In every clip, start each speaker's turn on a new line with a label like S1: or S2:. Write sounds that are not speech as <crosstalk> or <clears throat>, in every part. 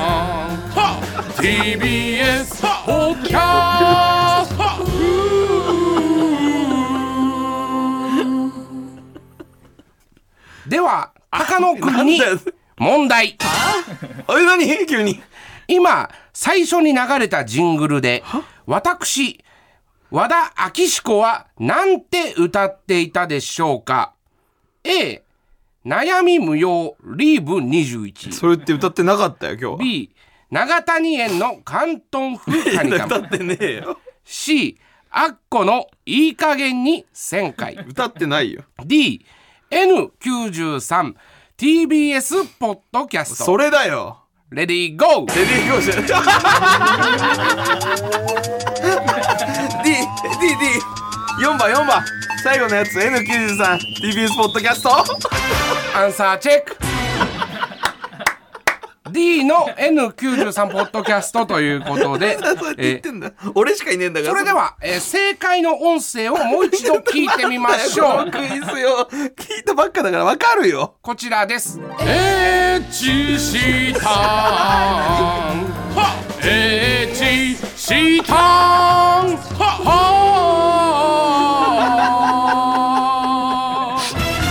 S1: N93 TBS ポッキャストでは高野君に
S2: なんだよ
S1: 問題
S2: あれ何急に <laughs>
S1: 今最初に流れたジングルで私和田アキシコはなんて歌っていたでしょうか A 悩み無用リーブ21
S2: それって歌ってなかったよ今日
S1: B 長谷園の広東風カニカ
S2: は歌
S1: マ
S2: ってねえよ
S1: C アッコのいい加減に1000回
S2: 歌ってない <laughs> よ
S1: D N93 TBS ポッドキャス
S2: そ
S1: ト
S2: れだよ
S1: レディーゴー
S2: レディーゴー <laughs> じゃ DDD4 番4番最後のやつ N93TBS ポッドキャスト <laughs>
S1: アンサーチェック <laughs> D の N93 ポッドキャストということで
S2: そうやって言っ
S1: え
S2: てんだ俺しかいねえんだか
S1: ー
S2: ら
S1: それでは、えー正解の音声をもう一度聞いてみましょ
S2: この
S1: う
S2: クイズよ聞いたばっかだからわかるよ
S1: こちらですエッチしたエッチした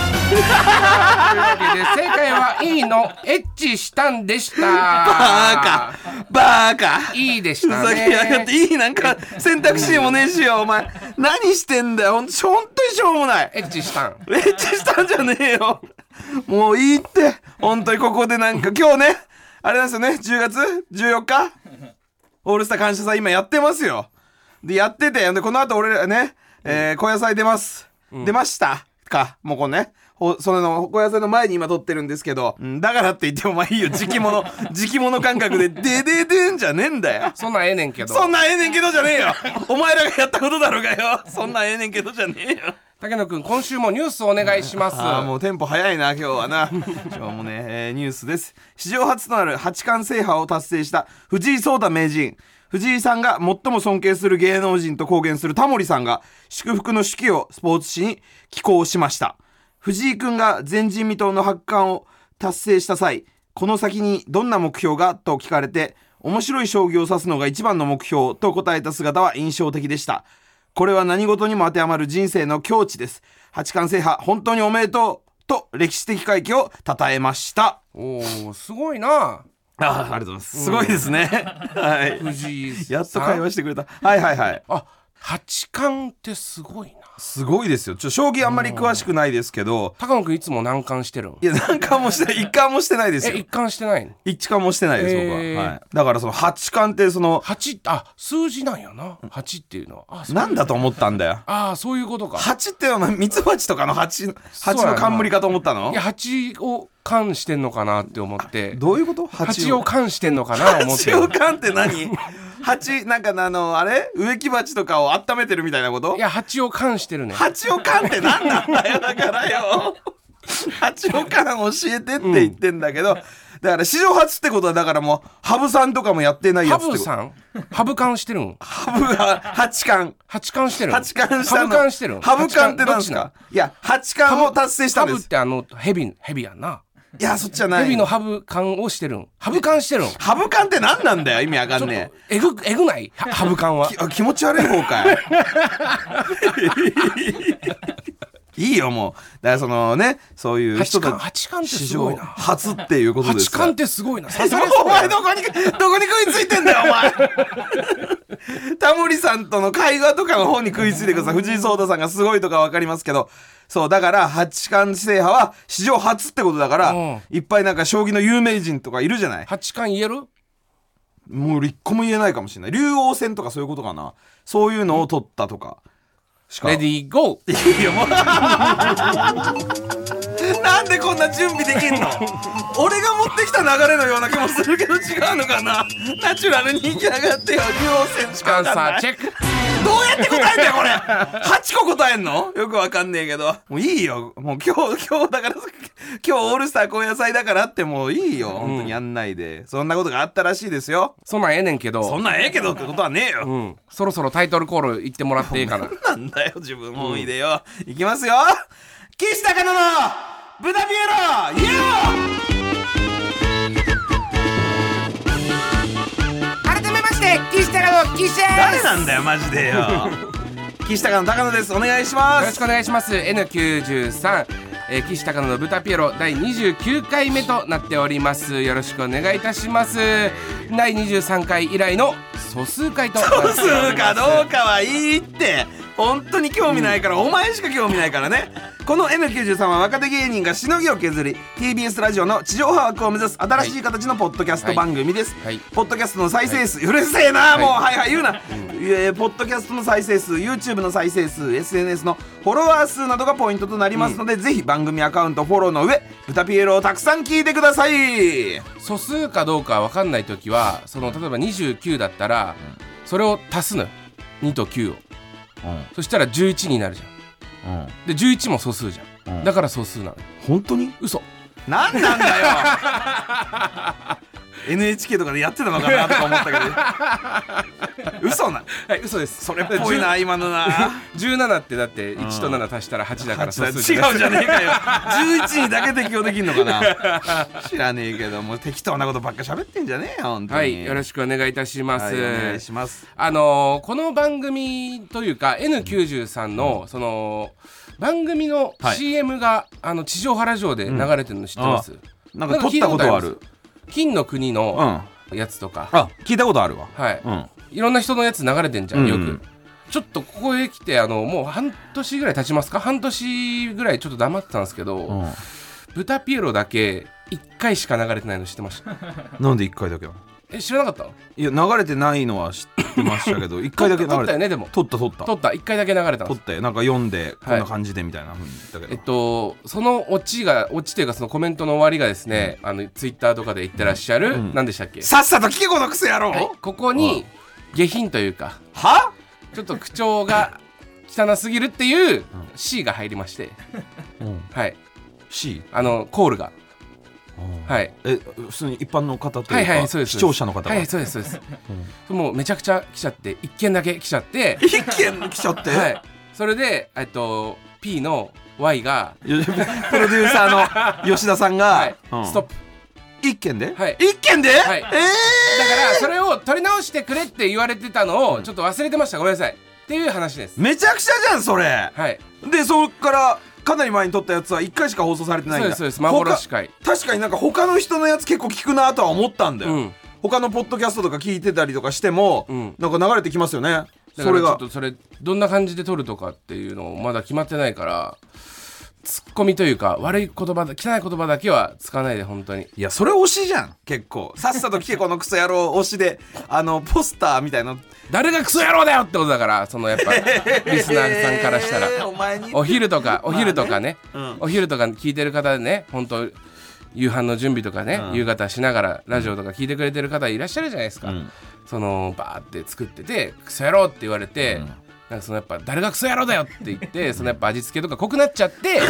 S1: というわけで正解は E のエッチしたんでした
S2: バーカバーカ
S1: いいでした
S2: ふざけやがって
S1: ね。
S2: いいなんか選択肢もねえしよお前何してんだよほんとほんとにしょうもない
S1: エッチしたん。
S2: レッチしたんじゃねえよもういいって本当にここでなんか今日ねあれなんですよね10月14日オールスター感謝祭今やってますよでやっててでこの後俺らね、えー、小野菜出ます、出ましたかもうこのねほその小野菜の前に今撮ってるんですけど、うんだからって言ってお前いいよ時期物時期物感覚ででででんじゃねえんだよ
S1: そんなんええねんけど。
S2: <laughs> そんなんええねんけどじゃねえよ <laughs> お前らがやったことだろうがよそんなんええねんけどじゃねえよ
S1: 竹野くん、今週もニュースお願いします。
S2: あーもうテンポ早いな今日はな <laughs> 今日もね、えーニュースです史上初となる八冠制覇を達成した藤井聡太名人藤井さんが最も尊敬する芸能人と公言するタモリさんが祝福の手記をスポーツ紙に寄稿しました藤井君が前人未到の八冠を達成した際この先にどんな目標がと聞かれて面白い将棋を指すのが一番の目標と答えた姿は印象的でしたこれは何事にも当てはまる人生の境地です八冠制覇本当におめでとうと歴史的快挙を称えました
S1: おお、すごいな。
S2: ああありがとうございますすごいですね、はい
S1: 藤井さん。
S2: やっと会話してくれたはいはいはい
S1: あ、八冠ってすごいな。
S2: すごいですよちょ将棋あんまり詳しくないですけど
S1: 高野くん、いつも難関してるん
S2: いや何巻もしてない一巻もしてないです
S1: え、
S2: よ
S1: 一貫してないの
S2: 一巻もしてないです僕は、
S1: へー
S2: はい、だからその八冠ってその
S1: 八あ、数字なんやな。八っていうのは。あ、そう
S2: なんだと思ったんだよ
S1: あー、そういうことか。
S2: 八ってのはミツバチとかの八
S1: そう
S2: 八
S1: やな
S2: の冠かと思ったの
S1: いや、八を冠してんのかなって思って。
S2: どういうこと
S1: 八を冠してんのかな思って。
S2: 八王冠って何八なんかあのあれ植木鉢とかを温めてるみたいなこと
S1: いや、八を冠してるね。
S2: 八王冠って何なんだよだからよ八王冠教えてって言ってんだけど、だから史上初ってことはだからもう羽生さんとかもやってないや
S1: ハ
S2: つってこ
S1: ブ
S2: と
S1: さんハブ冠してるん
S2: 羽生が八冠
S1: 八冠してるん
S2: 八冠した
S1: ハ
S2: の
S1: ブ冠してるん
S2: 羽生冠って何です
S1: ど
S2: か
S1: ち
S2: いや八冠を達成したんで
S1: ハブっ
S2: す
S1: てあのヘビヘビやんない
S2: やそっちじゃない
S1: ヘビのハブ冠をしてるんハブ冠してるん
S2: 羽生冠って何なんだよ意味わかんねえ
S1: えぐえぐないハハブ冠は
S2: きあ気持ち悪い方
S1: <laughs>
S2: かいいいよもうだからそのねそういう
S1: 八
S2: 人た
S1: 冠
S2: ち
S1: 八冠って
S2: 史
S1: すごい
S2: 上
S1: な
S2: 初っていうことです
S1: 八
S2: から
S1: 冠ってすごいな
S2: え
S1: 刺され
S2: お前どこにどこに食いついてんだよお
S1: <laughs>
S2: 前タモリさんとの会話とかの方に食いついてください藤井聡太さんがすごいとか分かりますけどそうだから八冠制覇は史上初ってことだから、
S1: うん
S2: いっぱいなんか将棋の有名人とかいるじゃない
S1: 八冠言える
S2: もう一個も言えないかもしれない竜王戦とかそういうことかなそういうのを取ったとかしか
S1: レディーゴー
S2: いやもうなんでこんな準備でき <laughs> んの俺が持ってきた流れのような気もするけど違うのかなナチュラルに行きやがってよ竜王戦しか
S1: ア
S2: わ
S1: ン
S2: かん
S1: サ
S2: な
S1: ー
S2: い
S1: チ
S2: どう
S1: ェック
S2: やって答えんだよ <laughs> これ8個答えんのよくわかんねえけどもういいよもう今日今日だから今日オールスター高野菜だからってもういいよ本当にやんないで、そんなことがあったらしいですよ
S1: そんなんええねんけ
S2: そ
S1: ど
S2: んなんええけどってことはねえよ、
S1: うんそろそろタイトルコール言ってもらっていいかな
S2: なんだよ、自分もおいでよ。いきますよ岸高野の豚ピエロイエロー
S1: 岸です
S2: 誰なんだよマジでよ <laughs> 岸高の高野ですお願いしま
S1: よろし
S2: す
S1: くお願いします N93、えー、岸高野のブタピエロ第29回目となっておりますよろしくお願いいたします第23回以来の素数回となっており
S2: 個
S1: ます
S2: 数かどうかはいいって本当に興味ないから、お前しか興味ないからねこの N93 は若手芸人がしのぎを削り TBS ラジオの地上波枠を目指す新しい形のポッドキャスト番組です、
S1: はいはい
S2: ポッドキャストの再生数、うるせえな、もうは
S1: はい
S2: はい言うな、えーポッドキャストの再生数 YouTube の再生数 SNS のフォロワー数などがポイントとなりますので、ぜひ番組アカウントフォローの上「ブタピエロ」をたくさん聞いてください
S1: 素数かどうか分かんない時はその例えば29だったらそれを足すのよ2と9をそしたら11になるじゃんで11も素数じゃん、だから素数なのよ
S2: 本当に
S1: 嘘
S2: なんなん
S1: <laughs>
S2: だよ NHK とかでやってたのかなとか思ったけど嘘な
S1: はい嘘です
S2: それっぽ
S1: <laughs>
S2: いな今のな
S1: 17ってだって1と7足したら8だから素
S2: 違う
S1: 数
S2: じ
S1: じゃない
S2: ゃねえかよ11にだけ適用できんの
S1: <laughs>
S2: かな知らねえけどもう適当なことばっか喋ってんじゃねえよ本当に
S1: はいよろしくお願いいたします、
S2: はいお願いします
S1: あのーこの番組というか N93 のその番組の
S2: はい
S1: CM があの地上波ラジオで流れてるの知ってます、
S2: なんか撮ったことはある
S1: 金の国
S2: うん
S1: のやつとか、
S2: あ聞いたことあるわ
S1: はい、
S2: うん
S1: いろんな人のやつ流れてんじゃんよく、
S2: うんうん
S1: ちょっとここへ来てあのもう半年ぐらい経ちますか半年ぐらいちょっと黙ってたんですけど、
S2: うん
S1: 豚ピエロだけ1回しか流れてないの知ってました
S2: なんで一回だけなの
S1: え知らなかっ
S2: いや流れてないのは知ってました
S1: <laughs>
S2: けど一
S1: た
S2: 回だけ流
S1: 撮
S2: れ
S1: ったよねでも
S2: 撮った撮った
S1: 撮った1回だけ流れたん
S2: 撮
S1: で
S2: っ
S1: す
S2: たよなんか読んでこんな感じでみたいなふうに言ったけ
S1: えっ
S2: ど
S1: とそのオチがオチというかそのコメントの終わりがですね、あのツイッターとかで言ってらっしゃる、
S2: ん
S1: 何でしたっけ、
S2: さっさと聞けこのクソ野郎
S1: はい、ここに下品というか
S2: は
S1: ちょっと口調が汚すぎるっていう C が入りまして、
S2: うん
S1: はい、
S2: C
S1: あのコールが、はい、
S2: え普通に一般の方と
S1: はいいう
S2: か、
S1: はいそうです
S2: 視聴者の方が、
S1: はいそうですそうです、もうめちゃくちゃ来ちゃって一件だけ来ちゃって
S2: 一件来ちゃって、
S1: はいそれでえっと P の Y が、
S2: プロデューサ
S1: <laughs>
S2: ーの吉田さんが、
S1: はい
S2: うん
S1: ストップ
S2: 一件で、
S1: はい
S2: 一件で、
S1: はい
S2: え
S1: だからそれを取り直してくれって言われてたのをちょっと忘れてましたごめんなさいっていう話です
S2: ー、めちゃくちゃじゃんそれ
S1: はい
S2: でそこからかなり前に撮ったやつは一回しか放送されてないんだ
S1: そうですそうです幻回
S2: 他確かになんか他の人のやつ結構聞くなとは思ったんだよ、
S1: うん
S2: 他のポッドキャストとか聞いてたりとかしても、
S1: うん
S2: なんか流れてきますよね
S1: だ
S2: そ
S1: から
S2: れ
S1: ちょっ
S2: が
S1: とそれどんな感じで撮るとかっていうのまだ決まってないからツッコミというか悪い言葉だ汚い言葉だけは使わないで本当に
S2: いやそれ推しじゃん結構さっさと聞けこのクソ野郎推しで
S1: <laughs>
S2: あのポスターみたいな
S1: 誰がクソ野郎だよってことだからそのやっぱリスナーさんからしたら
S2: えーお前に
S1: お昼とかお昼とかね,、
S2: うん
S1: お昼とか聞いてる方でね本当夕飯の準備とかね、夕方しながらラジオとか聞いてくれてる方いらっしゃるじゃないですか、
S2: ん
S1: そのバーって作ってて「クソ野郎」って言われて、なんかそのやっぱ誰がクソ野郎だよって言
S2: <laughs>
S1: ってそのやっぱ味付けとか濃くなっちゃって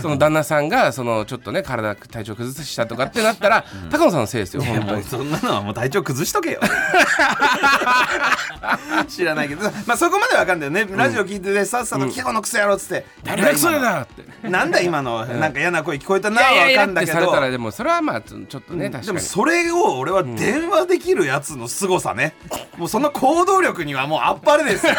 S1: その旦那さんがそのちょっとね体体調崩したとかってなったら、高野さんのせいですよ本当
S2: もう
S1: に。
S2: そんなのはもう体調崩しと
S1: <laughs>
S2: けよ知らないけどまあそこまでわかんないよねラジオ聞いてねさっさと聞けこのクソ野郎っつって
S1: 誰がクソ野郎
S2: なんだ
S1: だよって。
S2: 今の <laughs> なんだ今のなんか嫌な声聞こえたなはわかんだけ
S1: ってされたら
S2: ど
S1: でもそれはまあちょっとね、確
S2: で
S1: か
S2: も
S1: に
S2: それを俺は電話できるやつの凄さね、もうその行動力にはもうあっぱれです
S1: <laughs>
S2: よ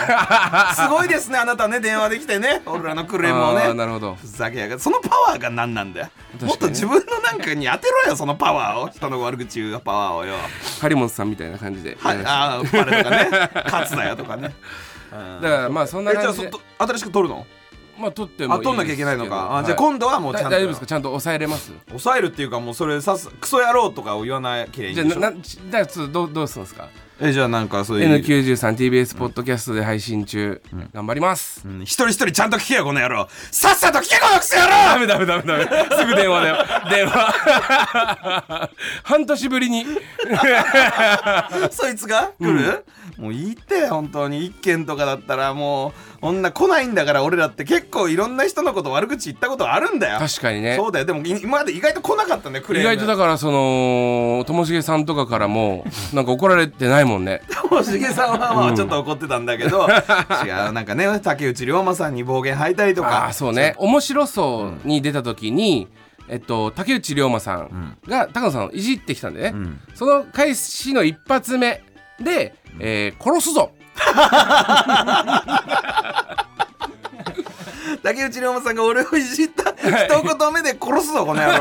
S2: すごいですねあなたね電話できてね俺らのクレームを
S1: あー
S2: ね
S1: なるほ
S2: <laughs>
S1: ど
S2: ふざけやがってそのパワーが何なんだよ
S1: かにね
S2: もっと自分のなんかに当てろよそのパワーを人の悪口言うパワーをよ
S1: 張本さんみたいな感じで、
S2: はい、
S1: だか
S2: ああバレとかね
S1: <laughs>
S2: 勝つだよとかね
S1: らまあそんな
S2: えじゃ
S1: 感
S2: あ
S1: じ
S2: そ
S1: で
S2: と新しく取るの
S1: まあ取っても
S2: あ
S1: いい
S2: 取んなきゃいけないのか、あじゃあ
S1: はい
S2: 今度はもうちゃん
S1: だ
S2: と
S1: 大丈夫ですかちゃんと抑えれます
S2: 抑えるっていうかもうそれさすクソ野郎とかを言わなきゃいいん
S1: じ
S2: で
S1: ゃ
S2: し
S1: あ
S2: ょ
S1: ななちだからちょっとどうどうするんですか
S2: えじゃあなんかそういう、
S1: N93TBS ポッドキャストで配信中、頑張ります、
S2: うん一人一人ちゃんと聞けよこの野郎さっさと聞けこのクソ野
S1: ダ <laughs>
S2: 郎
S1: メダメダメダメすぐ電話だよ電話 <laughs> 半年ぶりに
S2: そいつが来る、もういいって本当に一件とかだったらもう女来ないんだから俺らって結構いろんな人のこと悪口言ったことあるんだよ
S1: 確かにね
S2: そうだよでもい今まで意外と来なかったんだよクレー
S1: 意
S2: ム
S1: 外とだからそのともしげさんとかからもなんか怒られてないもんね
S2: ともしげさんはまあちょっと怒ってたんだけ
S1: <laughs>
S2: ど、違うなんかね竹内涼真さんに暴言吐いたりと
S1: あ
S2: か
S1: あーそうね面白そうに出た時に、えっと、竹内涼真さんが高野さんをいじってきたんでね、その開始の一発目で、えー殺すぞ
S2: 竹内涼真さんが俺をいじった一言目で殺すぞこ
S1: <laughs>
S2: の野郎っ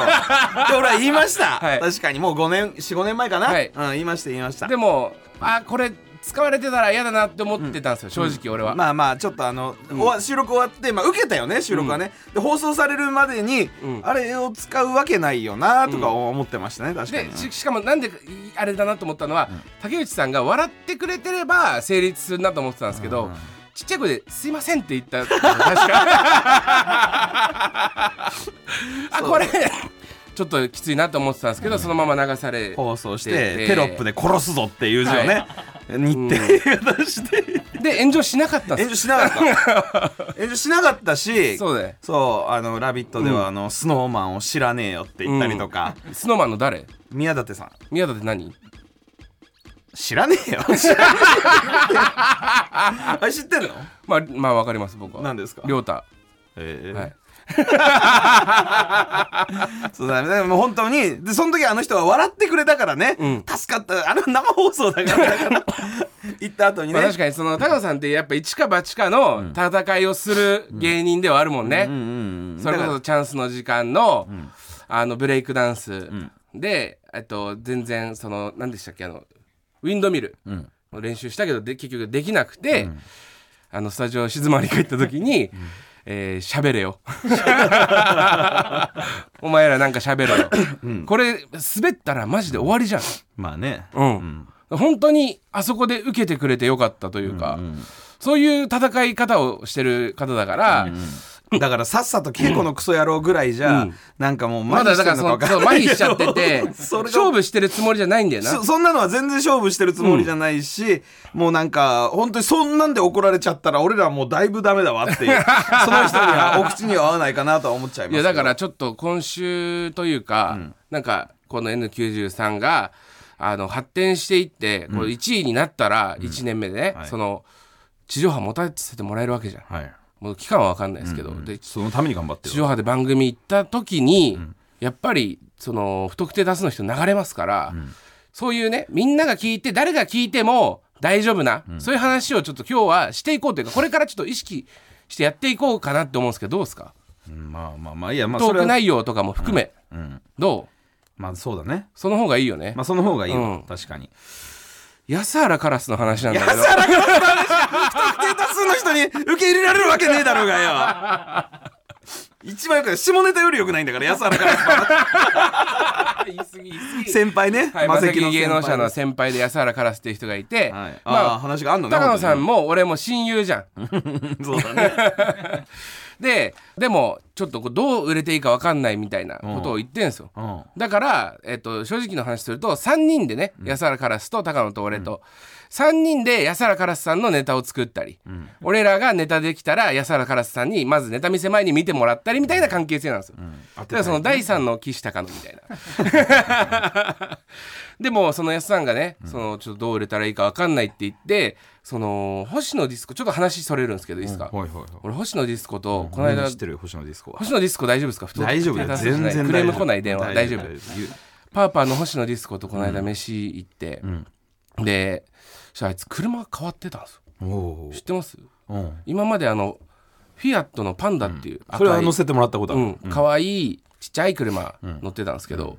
S2: て俺は言いました、
S1: はい
S2: 確かにもう5年45年前かな、
S1: はい
S2: うん、言いました言いました
S1: でもあこれ使われてたら嫌だなって思ってたんですよ、正直俺は、
S2: まあまあちょっとあの、おわ収録終わって、まあ、受けたよね収録はね、で放送されるまでに、
S1: ん
S2: あれを使うわけないよなとか思ってましたね確かに、
S1: でししかもなんでいあれだなと思ったのは、竹内さんが笑ってくれてれば成立するなと思ってたんですけど、ちっちゃい声で「すいません」って言った確かあこれちょっときついなと思ってたんですけど、そのまま流され
S2: 放送して、
S1: で
S2: テロップで「殺すぞ」っていう字をね、日程出
S1: <laughs>
S2: して
S1: で炎上しなかったんで
S2: 炎
S1: す
S2: 上しな
S1: <laughs>
S2: かった炎上しなかったし
S1: そうだよ
S2: そうあの「ラビット!」では、あのスノーマンを知らねえよって言ったりとか、
S1: スノーマンの誰
S2: 宮舘さん
S1: 宮舘何
S2: 知らねえ
S1: <laughs>
S2: よ知らねえよあれ知ってんの
S1: まあまあわかります僕は
S2: 何ですか
S1: 亮太
S2: ええ
S1: はい
S2: <laughs> そうだねでも本当にでその時あの人は笑ってくれたからね、
S1: ん
S2: 助かったあの生放送だからだから
S1: <laughs>
S2: 行った後に
S1: ま
S2: ね、
S1: あ、確かにその高野さんってやっぱ一か八かの戦いをする芸人ではあるもんね、
S2: うんうんうん
S1: それこ
S2: だか
S1: そチャンスの時間の,、あのブレイクダンスで、えっと、全然その何でしたっけあのウィンドミルの練習したけどで結局できなくて、あのスタジオ静まりが行った時に「えー喋、れよ」 <laughs> 「お前らなんか喋ろよ」これ滑ったらマジで終わりじゃん。
S2: らまあね、
S1: うん本当にあそこで受けてくれてよかったというか、そういう戦い方をしてる方だから、
S2: だからさっさと稽古のクソ野郎ぐらいじゃ、
S1: うん
S2: なんかもう
S1: ま
S2: 麻痺
S1: だ
S2: し
S1: だ
S2: て
S1: か
S2: ん
S1: ら
S2: の
S1: そ
S2: か
S1: の
S2: 分
S1: そ
S2: かん
S1: う
S2: な
S1: 麻痺
S2: いけど
S1: しちゃってて
S2: <laughs> それが
S1: 勝負してるつもりじゃないんだよな
S2: そそんなのは全然勝負してるつもりじゃないし、もうなんか本当にそんなんで怒られちゃったら俺らもうだいぶダメだわっていう <laughs> その人にはお口には合わないかなとは思っちゃいます
S1: いやだから
S2: ち
S1: ちょっと今週というか、なんかこの N93 があの発展していってこれ1位になったら1年目でね、
S2: はい
S1: その地上波持たせてもらえるわけじゃん
S2: ょ、はい、
S1: もう期間は分かんないですけど、で
S2: そのために頑張って
S1: 地上波で番組行った時に、やっぱりその不特定多数の人流れますから、そういうねみんなが聞いて誰が聞いても大丈夫な、そういう話をちょっと今日はしていこうというかこれからちょっと意識してやっていこうかなって思うんですけどどうですか
S2: まあまあまあいやま
S1: トーク内容とかも含め、
S2: うん
S1: どう
S2: まあそうだね
S1: その方がいいよね、
S2: あその方がいい
S1: ようん
S2: 確かに
S1: 安原カラスの話なんだけど
S2: 安原からスタートして不特定多数の人に受け入れられるわけねえだろうがよ <laughs> 一番よくない下ネタよりよくないんだから安原からスタート
S1: 言い過ぎ言い過ぎ
S2: 先輩ね、
S1: はい、マセキ芸能者の
S2: はい、
S1: 先輩で安原カラスっていう人がいて、ま
S2: ああ
S1: あ
S2: 話があんのね
S1: 高野さん
S2: も
S1: も俺も親友じゃん
S2: そう <laughs> だね
S1: ででもちょっとこうどう売れていいか分かんないみたいなことを言ってんすよ、
S2: うん
S1: だから、えっと、正直の話すると3人でね安原カラスと高野と俺と、3人で安原カラスさんのネタを作ったり、俺らがネタできたら安原カラスさんにまずネタ見せ前に見てもらったりみたいな関係性なんですよ、だからその第3の岸高野みたいな <laughs> でもその安さんがね、そのちょっとどう売れたらいいか分かんないって言ってその星野ディスコちょっと話それるんですけどいいですか、
S2: はいはいはい
S1: 俺星野ディスコとこの間、
S2: てる星野ディスコは
S1: 星野ディスコ大丈夫ですか不登
S2: 大丈夫だよ
S1: 不登
S2: 全然
S1: クレーム来ない電話大丈夫
S2: 言う
S1: パーパーの星野ディスコとこの間飯行って、でそしたらあいつ車変わってたんですよ
S2: お
S1: 知ってます
S2: お、うん、
S1: 今まであのフィアットのパンダっていう
S2: そ
S1: 赤い、
S2: れは乗せてもらったことあ
S1: う
S2: る、
S1: ん、可愛いちっちゃい車乗ってたんですけど、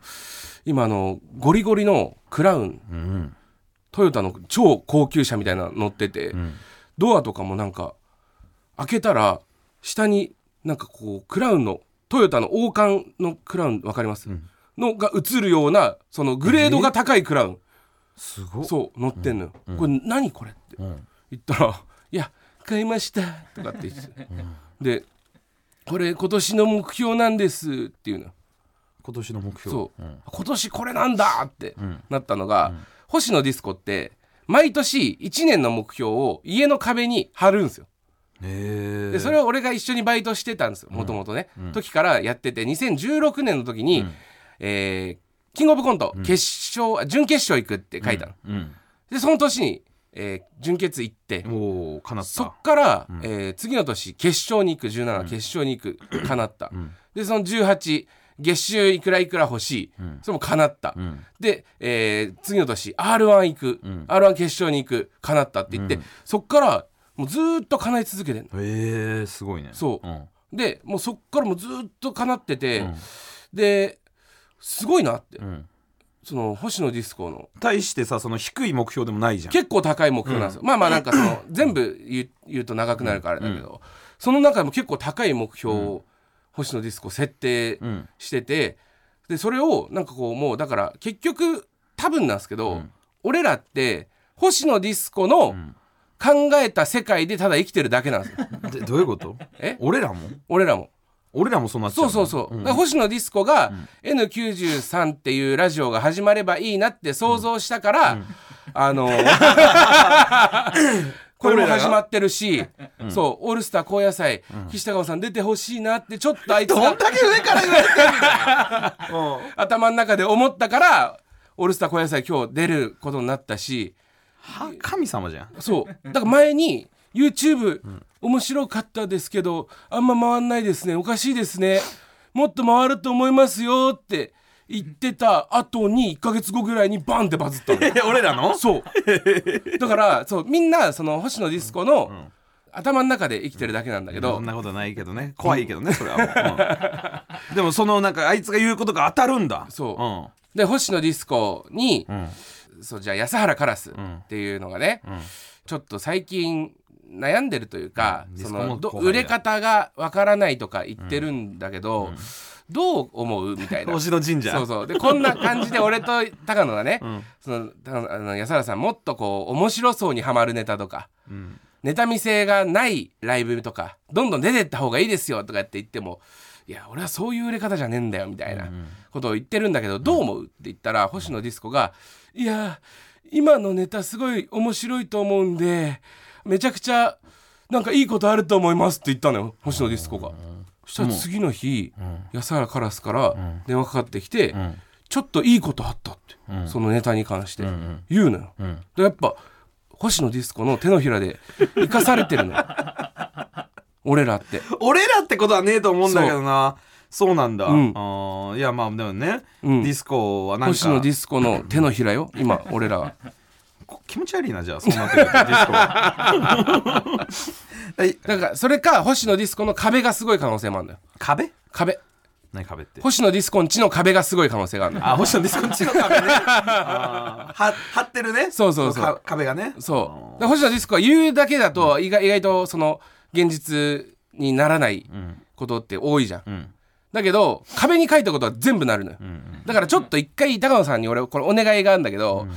S1: 今あのゴリゴリのクラウン
S2: うんうん
S1: トヨタの超高級車みたいなの乗ってて、ドアとかもなんか開けたら下になんかこうクラウンのトヨタの王冠のクラウンわかります、のが映るようなそのグレードが高いクラウン、
S2: すごい
S1: そう乗ってんのよ、これ何これって
S2: うん
S1: 言ったら「いや買いました」とかって言ってて、で「これ今年の目標なんです」っていうの
S2: 今年の目標
S1: そう、
S2: ん
S1: 今年これなんだってなったのが、星野ディスコって毎年1年の目標を家の壁に貼るんですよ。
S2: へえ
S1: でそれを俺が一緒にバイトしてたんですよもともとね、時からやってて2016年の時に、えーキングオブコント決勝、あ準決勝行くって書いたの、
S2: うん
S1: でその年に、えー準決行って
S2: おおかなった
S1: そっから、えー次の年決勝に行く17決勝に行くかなった、でその18、月収いくらいくら欲しい、それも叶った、
S2: ん
S1: で、えー次の年 r 1行く、r 1決勝に行く叶ったって言って、そっからもうずーっと叶い続けてんの
S2: ええすごいね
S1: そう
S2: うん
S1: でもうそっからもうずーっと叶ってて、ですごいなって、
S2: ん
S1: その星野ディスコの
S2: 対してさその低い目標でもないじゃん
S1: 結構高い目標なんですよ、まあまあなんかその全部言う言うと長くなるからあれだけど、その中でも結構高い目標を星野ディスコ設定
S2: うん
S1: しててでそれをなんかこうもうだから結局多分なんですけど、俺らって星野ディスコの考えた世界でただ生きてるだけなんですよ
S2: でどういう <laughs> こと
S1: え
S2: 俺らも
S1: 俺らも。
S2: 俺らもそうなっちゃう
S1: そう
S2: の
S1: そうそう、
S2: ん
S1: だから星野ディスコが N93 っていうラジオが始まればいいなって想像したから、あ
S2: <laughs>
S1: のこれも始まってるし、そう「オールスター高野菜」岸田川さん出てほしいなってちょっとあいつ
S2: どん
S1: が
S2: だけ上から言われてんのうん
S1: 頭の中で思ったから「オールスター高野菜」今日出ることになったし
S2: は神様じゃん
S1: そうだから前に YouTube、面白かったですけどあんま回んないですねおかしいですねもっと回ると思いますよって言ってた後に1ヶ月後ぐらいにバンってバズったの
S2: <laughs>
S1: よ
S2: 俺らの
S1: そうだからそうみんなその星野ディスコの、頭の中で生きてるだけなんだけど、
S2: そんなことないけどね怖いけどねそれはも <laughs> う、うんでもそのなんかあいつが言うことが当たるんだ
S1: そで星野ディスコに、そうじゃあ安原カラスっていうのがね、ちょっと最近悩んでるというか、
S2: うんディ
S1: そ
S2: スコも
S1: のど
S2: 後輩だ
S1: 売れ方がわからないとか言ってるんだけど、どう思うみたい
S2: うん
S1: な。
S2: <laughs> 星野神社
S1: そうそうでこんな感じで俺と高野がね、そのたあの安原さんもっとこう面白そうにはまるネタとか、
S2: ん
S1: ネタ見せがないライブとかどんどん出てった方がいいですよとかって言ってもいや俺はそういう売れ方じゃねえんだよみたいなことを言ってるんだけど、どう思うって言ったら星野ディスコが「いや今のネタすごい面白いと思うんでめちゃくちゃなんかいいことあると思います」って言ったのよ星野ディスコが。そしたら次の日、安原カラスから電話かかってきて、ちょっといいことあったって、そのネタに関して言うのよ、でやっぱ星野ディスコの手のひらで生かされてる <laughs> の俺らって
S2: 俺らってことはねえと思うんだけどなそうなんだ、
S1: ん
S2: あーいやまあでもね、
S1: うん
S2: ディスコはなん
S1: 星野
S2: か
S1: ディスコの手のひらよ今俺らは
S2: こ気持ち悪いなじゃあそうなってくるとディスコは
S1: <laughs>
S2: はい
S1: だからそれか星野ディスコの壁がすごい可能性もあるんだよ
S2: 壁
S1: 壁
S2: 何壁って
S1: 星野ディスコんちの壁がすごい可能性があるんだよ
S2: あ星野ディスコの違う壁ねあーは張ってるね
S1: そうそうそう
S2: か壁がね
S1: そうで星野ディスコは言うだけだと意外意外とその現実にならないことって多いじゃん、
S2: ん
S1: だけど壁に書いたことは全部なるのよ、だからちょっと一回高野さんに俺これお願いがあるんだけど、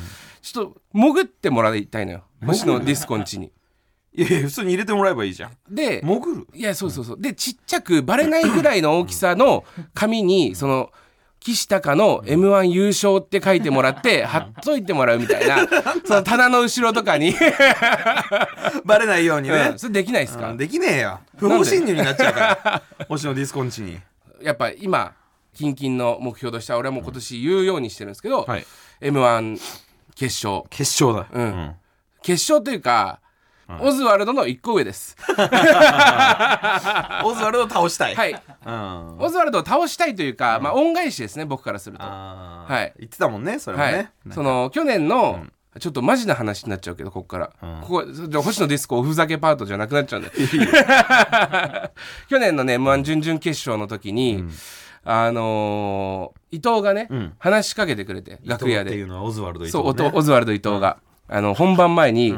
S1: ちょっと潜ってもらいたいのよ星野ディスコんちに
S2: いやいや普通に入れてもらえばいいじゃん
S1: で
S2: 潜る
S1: いやそうそうそうでちっちゃくバレないぐらいの大きさの紙にその岸高の m 1優勝って書いてもらって貼っといてもらうみたいなその棚の後ろとかに、
S2: バレないようにね、
S1: <laughs> それできないです
S2: う
S1: か
S2: んできねえよ不法侵入になっちゃうから星野ディスコンチに
S1: やっぱ今近々の目標としては俺はもう今年言うようにしてるんですけど、
S2: はい
S1: m 1決勝
S2: 決勝だ、
S1: うん、決勝というか、オズワルドの一個上です。
S2: オズワルドを倒したい、
S1: はい。
S2: うん、あ
S1: オズワルドを倒したいというか、まあ恩返しですね、僕からすると。は
S2: あー、
S1: はい
S2: 言ってたもんねそれもね、
S1: い。その、去年の、ちょっとマジな話になっちゃうけど、ここから。ここ、ちょっと星野ディスコおふざけパートじゃなくなっち
S2: <laughs>
S1: ゃうんで。 <laughs> 去年のね、M1 準々決勝の時に、あのー伊藤がね、
S2: ん
S1: 話しかけてくれて、楽屋
S2: 伊藤ってい
S1: で。
S2: うのはオズワルド伊藤
S1: そう、
S2: ね
S1: おとオズワルド伊藤が。あの、本番前に、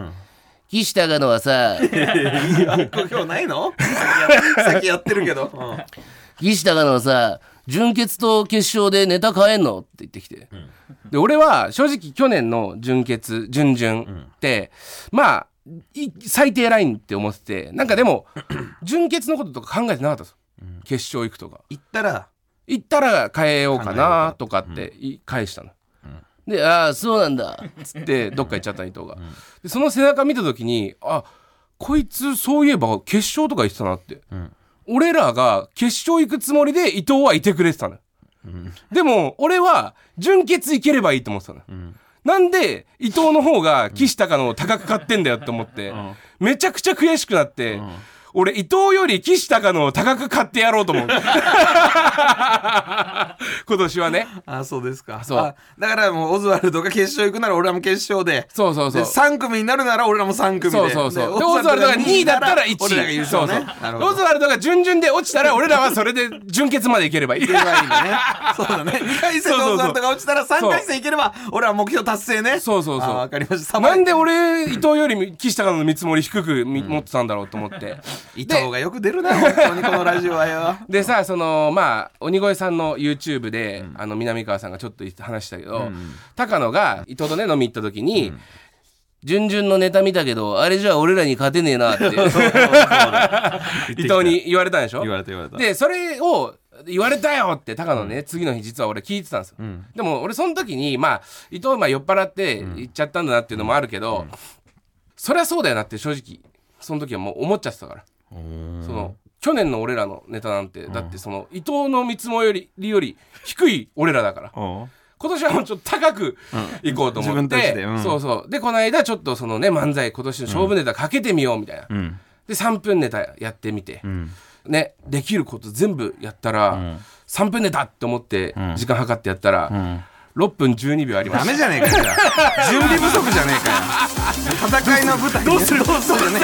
S1: 岸高野はさ、
S2: いや今日ないの先やってる
S1: <laughs>
S2: けど、うん
S1: 岸高野はさ準決と決勝でネタ変えんのって言ってきて、で俺は正直去年の準決準々って、まあい最低ラインって思っててなんかで
S2: <clears throat>
S1: も準決のこととか考えてなかったんですよ、決勝行くとか
S2: 行ったら
S1: 行ったら変えようかなとかって言い返したの、で「ああそうなんだ」っつ <laughs> ってどっか行っちゃった伊藤が、でその背中見た時にあこいつそういえば決勝とか行ってたなって、俺らが決勝行くつもりで伊藤はいてくれてたの、でも俺は準決行ければいいと思ってたの、なんで伊藤の方が岸高野を高く買ってんだよって思って、めちゃくちゃ悔しくなって、俺、伊藤より岸高野を高く買ってやろうと <laughs> 思う。今年はね。
S2: あそうですか
S1: そう
S2: あだからもうオズワルドが決勝行くなら俺らも決勝で
S1: そうそうそう
S2: で。3組になるなら俺らも3組で
S1: そうそうそう。
S2: で
S1: で、オズワルドが
S2: 2
S1: 2位だったら1位。
S2: 俺らが優勝ね
S1: そうそう
S2: なる
S1: オ
S2: ほ
S1: ズ
S2: ど
S1: ワルドが準々で落ちたら、俺らはそれで準決までい <laughs> ければいい。
S2: いけばいいんだねそうだね2回戦でオズワルドが落ちたら3回戦いければ俺ら目標達成ね
S1: そうそうそう
S2: あわかりました
S1: なんで俺、伊藤より岸高野の見積もり低くみ持ってたんだろうと思って。
S2: 伊藤がよく出るな本当にこのラジオはよ
S1: でさそのまあ鬼越さんの YouTube で、あの南川さんがちょっと話したけど、高野が伊藤とね飲み行った時に「順々のネタ見たけどあれじゃ俺らに勝てねえな」って <laughs> 伊藤に言われたんでしょ
S2: 言われた言われた
S1: でそれを言われたよって高野ね、次の日実は俺聞いてたんですよ、でも俺その時にまあ伊藤まあ酔っ払って行っちゃったんだなっていうのもあるけど、そりゃそうだよなって正直その時はもう思っちゃってたからその去年の俺らのネタなんて、だってその伊藤の見積もりよりより低い俺らだから
S2: お
S1: 今年はもうちょっと高くいこうと思って、
S2: 自分たちでうん
S1: そうそうでこの間ちょっとそのね漫才今年の勝負ネタかけてみようみたいな、
S2: うん
S1: で3分ネタやってみて、
S2: ん
S1: ねできること全部やったら、3分ネタって思って時間計ってやったら、6分12秒ありま
S2: ダ
S1: し
S2: メ
S1: た
S2: じゃねえかよ準備不足じゃねえかよ戦いの舞台、ね、どうするどうするね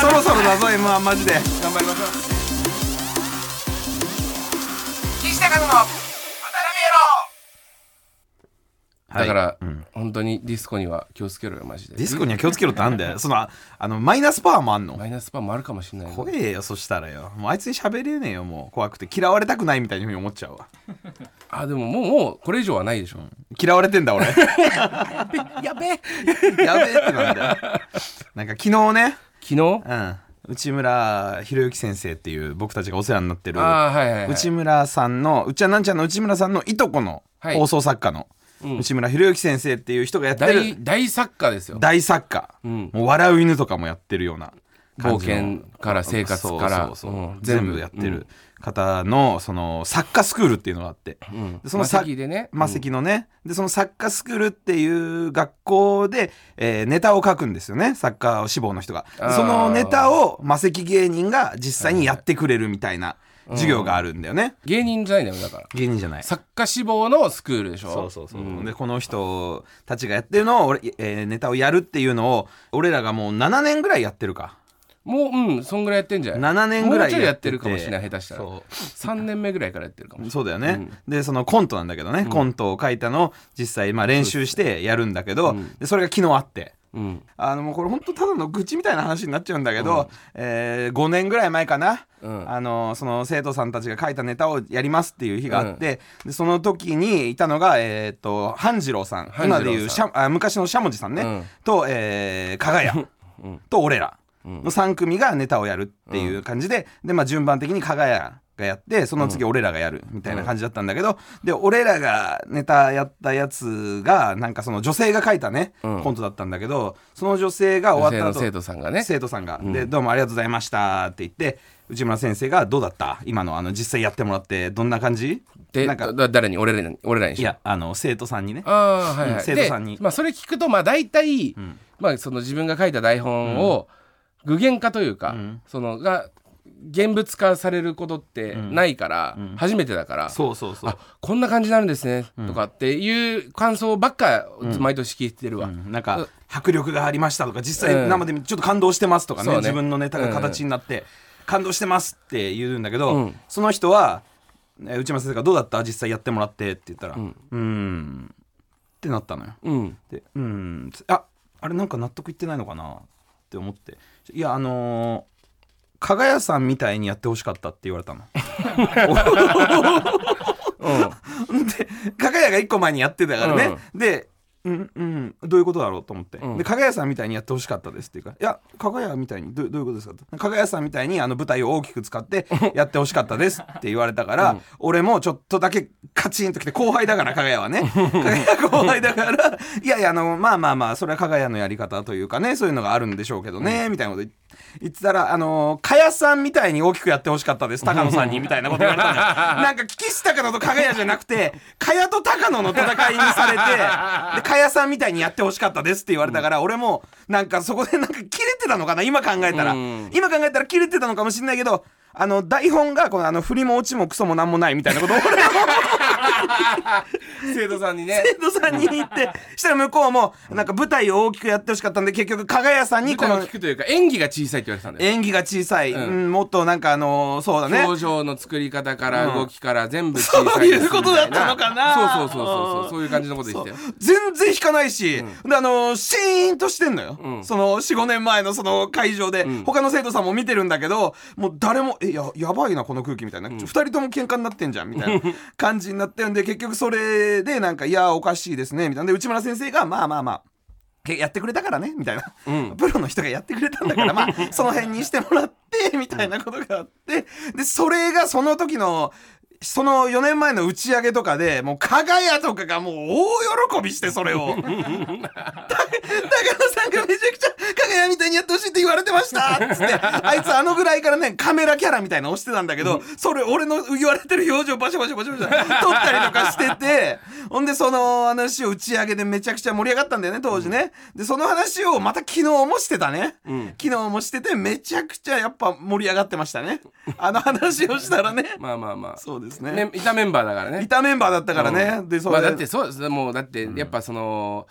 S2: そろそろだぞ m 1マジで
S1: 頑張りましょうだから、本当にディスコには気をつけろよマジで
S2: ディスコには気をつけろってなんだよそのあのマイナスパワーもあんの
S1: マイナスパンもあるかもしれない
S2: 怖えよそしたらよもうあいつに喋れねえよもう怖くて嫌われたくないみたいに思っちゃうわ
S1: あでももうもうこれ以上はないでしょ、
S2: 嫌われてんだ <laughs> 俺や
S1: やべえ
S2: べえってなんだよなんか昨日ね、
S1: 昨日
S2: うん、内村博之先生っていう僕たちがお世話になってる
S1: ああーはいはい、はい、
S2: 内村さんのうっちゃんなんちゃんの内村さんのいとこの
S1: はい
S2: 放送作家の内村博之先生っていう人がやってる
S1: 大大作家ですよ
S2: 大作家、
S1: ん
S2: もう笑う犬とかもやってるような感
S1: 冒
S2: じの
S1: 険から生活から
S2: そうそうそう
S1: うん
S2: 全部やってる方のその作家スクールっていうのがあって、
S1: ん
S2: でそのさ
S1: マセキでね
S2: マセキのね、でその作家スクールっていう学校で、えーネタを書くんですよね作家を志望の人が
S1: あー
S2: そのネタをマセキ芸人が実際にやってくれるみたいな授業があるんだよね、
S1: 芸人じゃないんだよだから
S2: 芸人じゃない
S1: 作家志望のスクールでしょ
S2: そうそうそう、
S1: ん
S2: でこの人たちがやってるのを俺、えーネタをやるっていうのを俺らがもう7年ぐらいやってるか
S1: もううんそんぐらいやってんじゃない
S2: 7年ぐらい
S1: もうちょやってるかもしれない下手したら
S2: そう
S1: 3年目ぐらいからやってるかもしれ
S2: そうだよね、でそのコントなんだけどね、コントを書いたのを実際、まあ、練習してやるんだけどそ,、でそれが昨日あって
S1: ない、うん、
S2: あのもうこれ本当ただの愚痴みたいな話になっちゃうんだけど、え5年ぐらい前かな、
S1: うん
S2: あのその生徒さんたちが書いたネタをやりますっていう日があって、でその時にいたのが、えー、と半次郎さん
S1: 半次郎
S2: 今
S1: さん
S2: でいうしゃあ昔のしゃもじさんね、
S1: うん
S2: と、えー、加
S1: <laughs>
S2: 賀屋と俺らの3組がネタをやるっていう感じで,、でまあ、順番的に加賀屋がやってその次俺らがやるみたいな感じだったんだけど、で俺らがネタやったやつがなんかその女性が書いたね、
S1: うん
S2: コントだったんだけどその女性が終わ
S1: 女
S2: った
S1: 性の
S2: 後
S1: 生徒さんがね
S2: 生徒さんが、で「どうもありがとうございました」って言って内村先生が「どうだった今のあの実際やってもらってどんな感じ?」
S1: で
S2: なんか
S1: だ誰に俺らに俺らに
S2: い
S1: し
S2: やあの生徒さんにね
S1: ああはいはい、
S2: うん生徒さんに
S1: でまあ、それ聞くとまあ大体、まあ、その自分が書いた台本を具現化というか、そのが現物化されることってないから、初めてだから、
S2: そうそうそう
S1: あこんな感じになるんですね、とかっていう感想ばっか毎年聞いてるわ、
S2: うんなんか迫力がありましたとか実際生で見てちょっと感動してますとかね,、
S1: そうね
S2: 自分のネタが形になって、感動してますって言うんだけど、
S1: うん
S2: その人はえ内村先生が「どうだった実際やってもらって」って言ったら「うん」んってなったのよ。
S1: うん
S2: で「うん」ああれなんか納得いってないのかなって思って「いやあのー加賀屋さんみたいにやってほしかった」って言われたの。で加賀屋が一個前にやってたからね、でうんうん、どういうことだろうと思って、で加賀屋さんみたいにやってほしかったですっていうから「いや加賀屋みたいにどどういうことですか?」と「加賀屋さんみたいにあの舞台を大きく使ってやってほしかったです」って言われたから、俺もちょっとだけカチンときて後輩だから加賀屋はね加賀屋後輩だから「いやいやあのまあまあまあそれは加賀屋のやり方というかねそういうのがあるんでしょうけどね」みたいなこと言って。言ってたら、あのー、かやさんみたいに大きくやってほしかったです、高野さんに、みたいなこと言わ
S1: <laughs>
S2: れたのよなんか、岸高野とかがやじゃなくて、かやと高野の戦いにされて、で、かやさんみたいにやってほしかったですって言われたから、俺も、なんかそこでなんか切れててたのかな今考えたら
S1: うん
S2: 今考えたら切れてたのかもしれないけどあの台本がこのあの振りも落ちもクソもなんもないみたいな
S1: <laughs>
S2: ことを俺の
S1: <laughs> 生徒さん
S2: <laughs>
S1: にね
S2: 生徒さんに言ってしたら向こうもなんか舞台を大きくやってほしかったんで結局加賀屋さんにこ
S1: この
S2: の
S1: 聞くというか演技が小さいって言われてたんだよ
S2: 演技が小さい、
S1: ん
S2: うんもっとなんかあのーそうだね
S1: 表情の作り方から動きから全部小
S2: そ
S1: さ
S2: う
S1: い
S2: い
S1: です
S2: う
S1: みた
S2: こ
S1: いな
S2: とだったのかな
S1: そうそうそうそうそうそういう感じのこと言ってたよ
S2: 全然引かないし、であのーシーンとしてんのよ、
S1: ん
S2: その45年前のその会場で、他の生徒さんも見てるんだけどもう誰も「えややばいなこの空気」みたいな、二2人とも喧嘩になってんじゃんみ
S1: <laughs>
S2: たいな感じになってるんで結局それでなんか「いやおかしいですね」みたいなで内村先生が「まあまあまあ」けやってくれたからねみたいな、プロの人がやってくれたんだからまあその辺にしてもらってみたいなことがあってでそれがその時のその4年前の打ち上げとかでもう加賀屋とかがもう大喜びしてそれをだ高野さんがめちゃくちゃ加賀屋みたいにやってほしいって言われてましたっつってあいつあのぐらいからねカメラキャラみたいなの押してたんだけどそれ俺の言われてる表情バシャバシャバシャバシャ撮ったりとかしててほんでその話を打ち上げでめちゃくちゃ盛り上がったんだよね当時ねでその話をまた昨日もしてたね昨日もしててめちゃくちゃやっぱ盛り上がってましたねあの話をしたらね
S1: まあまあま
S2: そうです
S1: あ
S2: ね
S1: ねいたメンバーだからね
S2: いたメンバーだったからね、
S1: うん
S2: でそれ
S1: まあだってそうですもうだってやっぱその、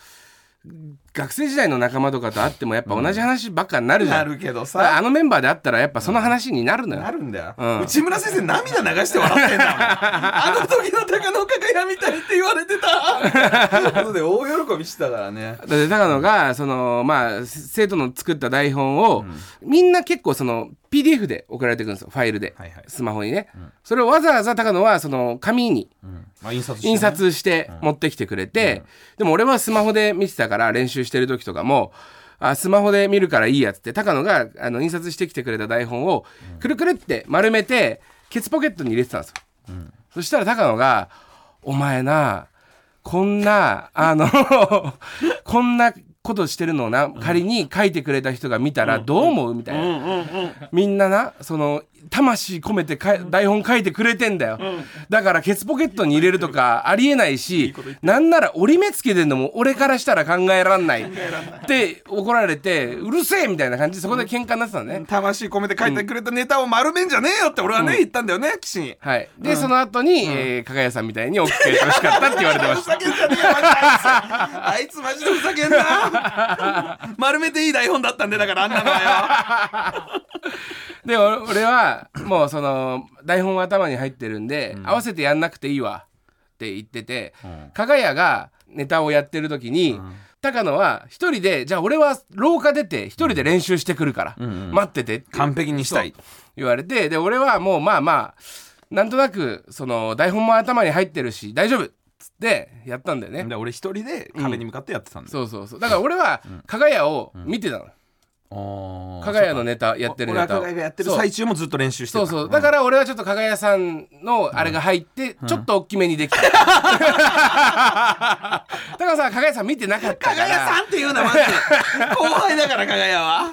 S1: 学生時代の仲間とかと会ってもやっぱ同じ話ばっかになるじゃん、
S2: なるけど
S1: だから
S2: さ
S1: あのメンバーで会ったらやっぱその話になるのよ、
S2: なるんだよ、
S1: うん
S2: 内村先生涙流して笑ってん
S1: <laughs>
S2: だもんあの時の高野岡がやみたいって言われてたということで大喜びしてたからね
S1: だって高野がそのまあ生徒の作った台本を、みんな結構その PDF で送られてくるんですよファイルで、
S2: はいはい
S1: スマホにね、それをわざわざ高野はその紙に
S2: まあ、印刷して、
S1: 印刷して持ってきてくれて、でも俺はスマホで見てたから練習してる時とかもあスマホで見るからいいやつって高野があの印刷してきてくれた台本をくるくるって丸めてケツポケットに入れてたんですよ、そしたら高野が「お前なこんなあの <laughs> こんなことしてるのをな仮に書いてくれた人が見たらどう思う?」みたいな。みんななその魂込めてか台本書いてくれてんだよ、だからケツポケットに入れるとかありえないしなんなら折り目つけてんのも俺からしたら考えらんないって怒られてうるせえみたいな感じでそこで喧嘩になってたのね、
S2: 魂込めて書いてくれたネタを丸めんじゃねえよって俺はね、言ったんだよね岸に。
S1: はいで、その後に、えー加賀谷さんみたいに OK してほしかったって言われてま
S2: ふ
S1: し
S2: ざ
S1: た
S2: けんじゃねえよマジであいつあいつマジでふざけんな丸めていい台本だったんでだからあんなのは
S1: でお俺はもうその台本は頭に入ってるんで、合わせてやんなくていいわって言ってて、加賀谷がネタをやってる時に、高野は一人でじゃあ俺は廊下出て一人で練習してくるから、待っててって
S2: よ完璧にしたい
S1: 言われてで俺はもうまあまあなんとなくその台本も頭に入ってるし大丈夫っつってやったんだよね。
S2: で俺一人で壁に向かってやってたんだよ、
S1: そうそうそうだから俺は加賀谷を見てたの、
S2: あー
S1: 加賀谷のネタやってる
S2: 俺
S1: ネ
S2: は
S1: タ
S2: 加
S1: を
S2: 賀がやってる最中もずっと練習して
S1: そう
S2: た
S1: そうそうだから俺はちょっと加賀谷さんのあれが入ってちょっと大きめに
S2: <laughs>
S1: できた、高野さんは加賀谷さん見てなかったか
S2: 加
S1: ら
S2: 賀屋さんっていうなマジで後輩だから加賀屋は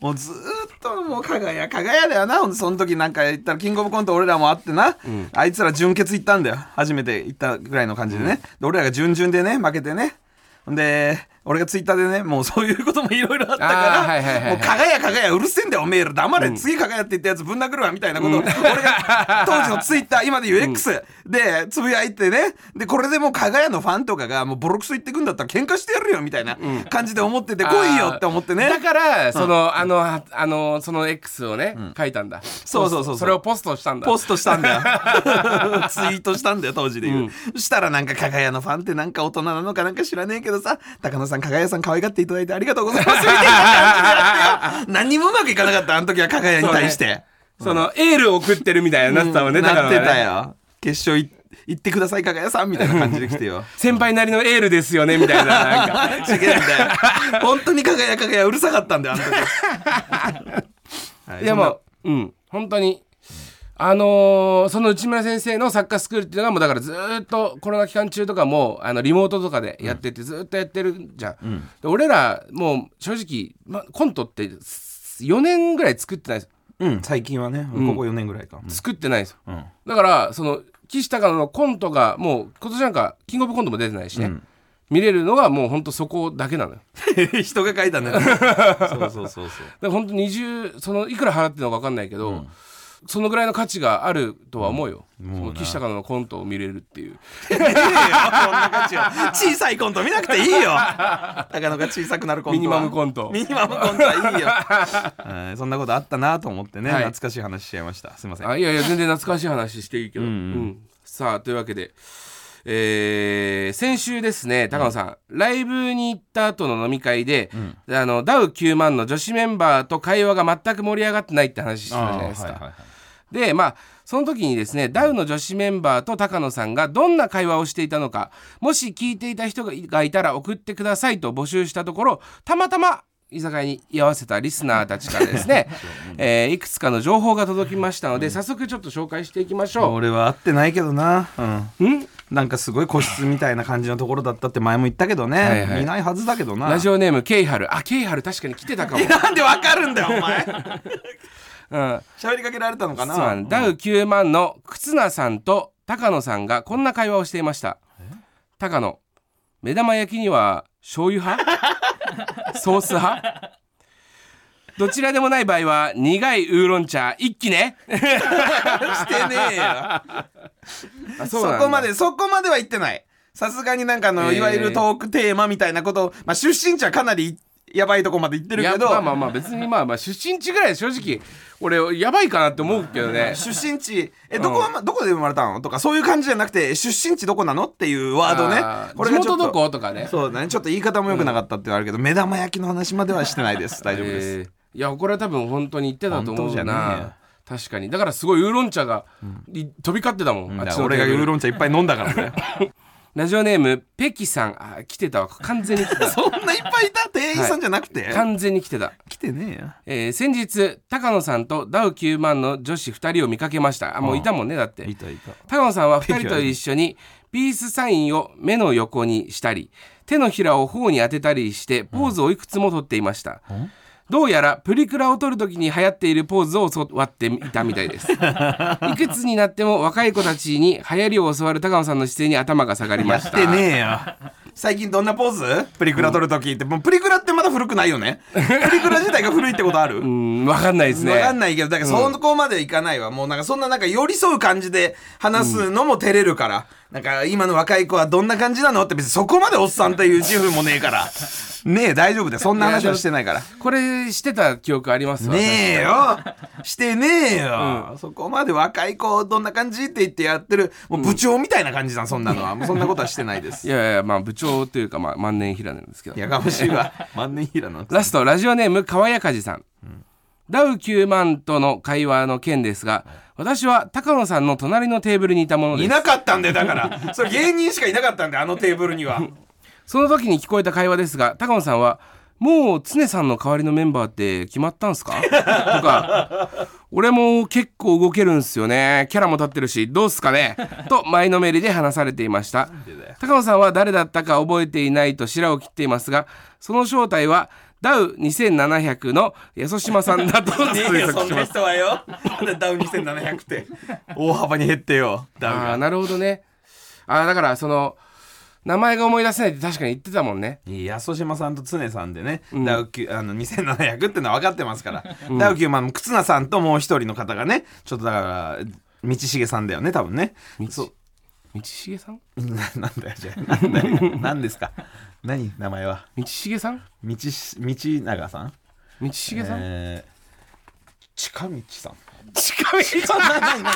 S2: もうずーっともう加賀屋加賀屋だよなほんでその時なんか言ったらキングオブコント俺らもあってな、あいつら準決行ったんだよ初めて行ったぐらいの感じでね、で俺らが準々でね負けてねほんで俺がツイッターでねもうそういうこともいろいろあったから
S1: あーはいはいはいはい
S2: もう加賀屋加賀屋うるせえんだよおめえら黙れ、次加賀屋って言ったやつぶん殴るわみたいなことを、俺
S1: <laughs>
S2: が当時のツイッター今で言う X でつぶやいてねでこれでもう加賀屋のファンとかがもうボロクソ言ってくんだったら喧嘩してやるよみたいな感じで思ってて来いよって思って
S1: だ
S2: ね
S1: からその、あのああのその X をね、書いたんだ
S2: そうそうそうそう
S1: それをポストしたんだ
S2: <laughs> ポストしたんだよツイートしたんだよ当時で言う、そしたらなんか加賀屋のファンってなんか大人なのかなんか知らねえけどさ高野さん加賀屋さん可愛がっていただいてありがとうございますみたいな感じでや <laughs> ってよ何にもうまくいかなかったあの時は加賀屋に対して。
S1: そのエールを送ってるみたいになってたもんね、
S2: うん
S1: 高野
S2: な
S1: は
S2: っ
S1: ね
S2: てたよ決勝い行ってください加賀屋さんみたいな感じで来て <laughs> よ
S1: 先輩なりのエールですよねみたいななんか
S2: 違うんだよ本当に加賀屋加賀屋うるさかったんだよあの時 <laughs> はい
S1: いや
S2: そん
S1: も
S2: な
S1: ううん本当にあのーその内村先生のサッカースクールっていうのはもうだからずーっとコロナ期間中とかもあのリモートとかでやっててずーっとやってるじゃん、で俺らもう正直、ま、コントって4年ぐらい作ってないです
S2: うん最近はねここ4年ぐらいか、
S1: 作ってないですよ、
S2: うん
S1: だからその岸高野のコントがもう今年なんかキングオブコントも出てないしね、見れるのがもうほんとそこだけなのよだか
S2: <laughs> 人が書いたん <laughs> だよそうそうそうそう
S1: らほんと20そのいくら払ってるのか分かんないけど、そのぐらいの価値があるとは思うよ、その岸高野のコントを見れるっていう
S2: いいよそんな価値は小さいコント見なくていいよ高野が小さくなるコントは
S1: ミニマムコント
S2: ミニマムコントはいいようんそんなことあったなと思ってね、
S1: はい
S2: 懐かしい話しちゃいましたすいません
S1: あいやいや全然懐かしい話していいけど、
S2: うんうん
S1: うんさあというわけで、えー先週ですね高野さん、ライブに行った後の飲み会で、あのダウ9万の女子メンバーと会話が全く盛り上がってないって話してたじゃないですか、
S2: あーはいはいはい
S1: でまあその時にですねダウの女子メンバーと高野さんがどんな会話をしていたのかもし聞いていた人がいたら送ってくださいと募集したところたまたま居酒屋に居合わせたリスナーたちからですね、えーいくつかの情報が届きましたので早速ちょっと紹介していきましょ
S2: 俺は会ってないけどな、
S1: う。ん
S2: うん、なんかすごい個室みたいな感じのところだったって前も言ったけどね、
S1: はいはい
S2: いないはずだけどな
S1: ラジオネームケイハルあケイハル確かに来てたかも、
S2: なんでわかるんだよお前
S1: うん、
S2: 喋りかけられたのかな
S1: そうな
S2: うん
S1: んダウ9万の忽那さんと高野さんがこんな会話をしていました高野目玉焼きには醤油派
S2: <laughs>
S1: ソース派どちらでもない場合は苦いウーロン茶一気
S2: <laughs>
S1: ね
S2: してねえよ
S1: あそ
S2: そ
S1: うなんだ
S2: こまでそこまでは言ってないさすがになんかあの、
S1: えー
S2: いわゆるトークテーマみたいなこと、まあ、出身地はかなりやばいとこまで行ってる
S1: いや
S2: けど
S1: まあまあまあ別にまあまあ出身地ぐらい正直俺やばいかなって思うけどね
S2: 出身地えどこは、どこで生まれたのとかそういう感じじゃなくて出身地どこなのっていうワード
S1: あ
S2: ね
S1: ー
S2: これが
S1: 地
S2: ちょ
S1: 元
S2: っ
S1: ど
S2: と
S1: ことかね
S2: そうだねちょっと言い方も良くなかったっていうのはあるけど、目玉焼きの話まではしてないです大丈夫です、
S1: えーいやこれは多分本当に言ってたと思
S2: 本当じ
S1: う
S2: ゃねえよ
S1: な確かにだからすごいウーロン茶がい飛び交ってたもん、
S2: だ
S1: あっ
S2: か
S1: ち
S2: ら
S1: のテ
S2: 俺がウ
S1: ーブ
S2: ー
S1: ル
S2: ロン茶いっぱい飲んだからね
S1: ラジオネームペキさんあ来てたわ完全に来てた
S2: <laughs> <laughs> そんないっぱいいた店員さんじゃなくて、
S1: 完全に来てた
S2: 来てねえよ
S1: えー先日高野さんとダウ9万の女子2人を見かけましたあもういたもんねだって
S2: たいた
S1: 高野さんは2人と一緒にピースサインを目の横にしたり手のひらを頬に当てたりしてポーズをいくつも取っていました、どうやらプリクラを撮るときに流行っているポーズを教わっていたみたいです
S2: <laughs>
S1: いくつになっても若い子たちに流行りを教わる高野さんの姿勢に頭が下がりま
S2: や
S1: し
S2: ったてねえよ最近どんなポーズプリクラ撮るときって、もうプリクラってまだ古くないよねプリクラ自体が古いってことある、
S1: う
S2: わ
S1: ん分かんないですね
S2: かんないけどだからそこまでいかないわ、もうなんかそんななんか寄り添う感じで話すのも照れるから、なんか今の若い子はどんな感じなのって別にそこまでおっさんという自負もねえ <laughs> からねえ大丈夫だよそんな話はしてないから
S1: これしてた記憶ありますわ
S2: ねえよしてねえよ、そこまで若い子どんな感じって言ってやってるもう部長みたいな感じだそんなのはもうそんなことはして <laughs> ないです
S1: いやいやまあ部長というかまあ万年平なんですけど
S2: やがましいわ万年平なんて
S1: ラストラジオネーム川谷梶さん、ダウ9万との会話の件ですが私は高野さんの隣のテーブルにいたもの
S2: い
S1: です
S2: なかったんでだからそれ芸人しかいなかったんであのテーブルに <laughs> は
S1: その時に聞こえた会話ですが高野さんは「もう常さんの代わりのメンバーって決まったんすか?」とか「俺も結構動けるんすよねキャラも立ってるしどうっすかね?」と前のめりで話されていました高野さんは誰だったか覚えていないと白を切っていますがその正体はダウ2700の安島さんだと
S2: ねえ
S1: 推
S2: よ
S1: 測
S2: そん
S1: し
S2: な
S1: ます
S2: 人はよなんでダウン2700って
S1: <laughs>
S2: 大幅に減ってよダウン
S1: ああ
S2: が
S1: なるほどねああだからその名前が思い出せないって確かに言ってたもんね
S2: いや安島さんと常さんでね、
S1: ん
S2: ダウキュあの2700ってのは分かってますから、ダウキューマンも忽那さんともう一人の方がねちょっとだから道重さんだよね多分ねそう
S1: 道重さん
S2: ななんだよじゃあなんだよ何ですか何名前は
S1: 道重さん
S2: 道し道長さん
S1: 道重さん、
S2: えー近道さん。
S1: 近道
S2: そんな何何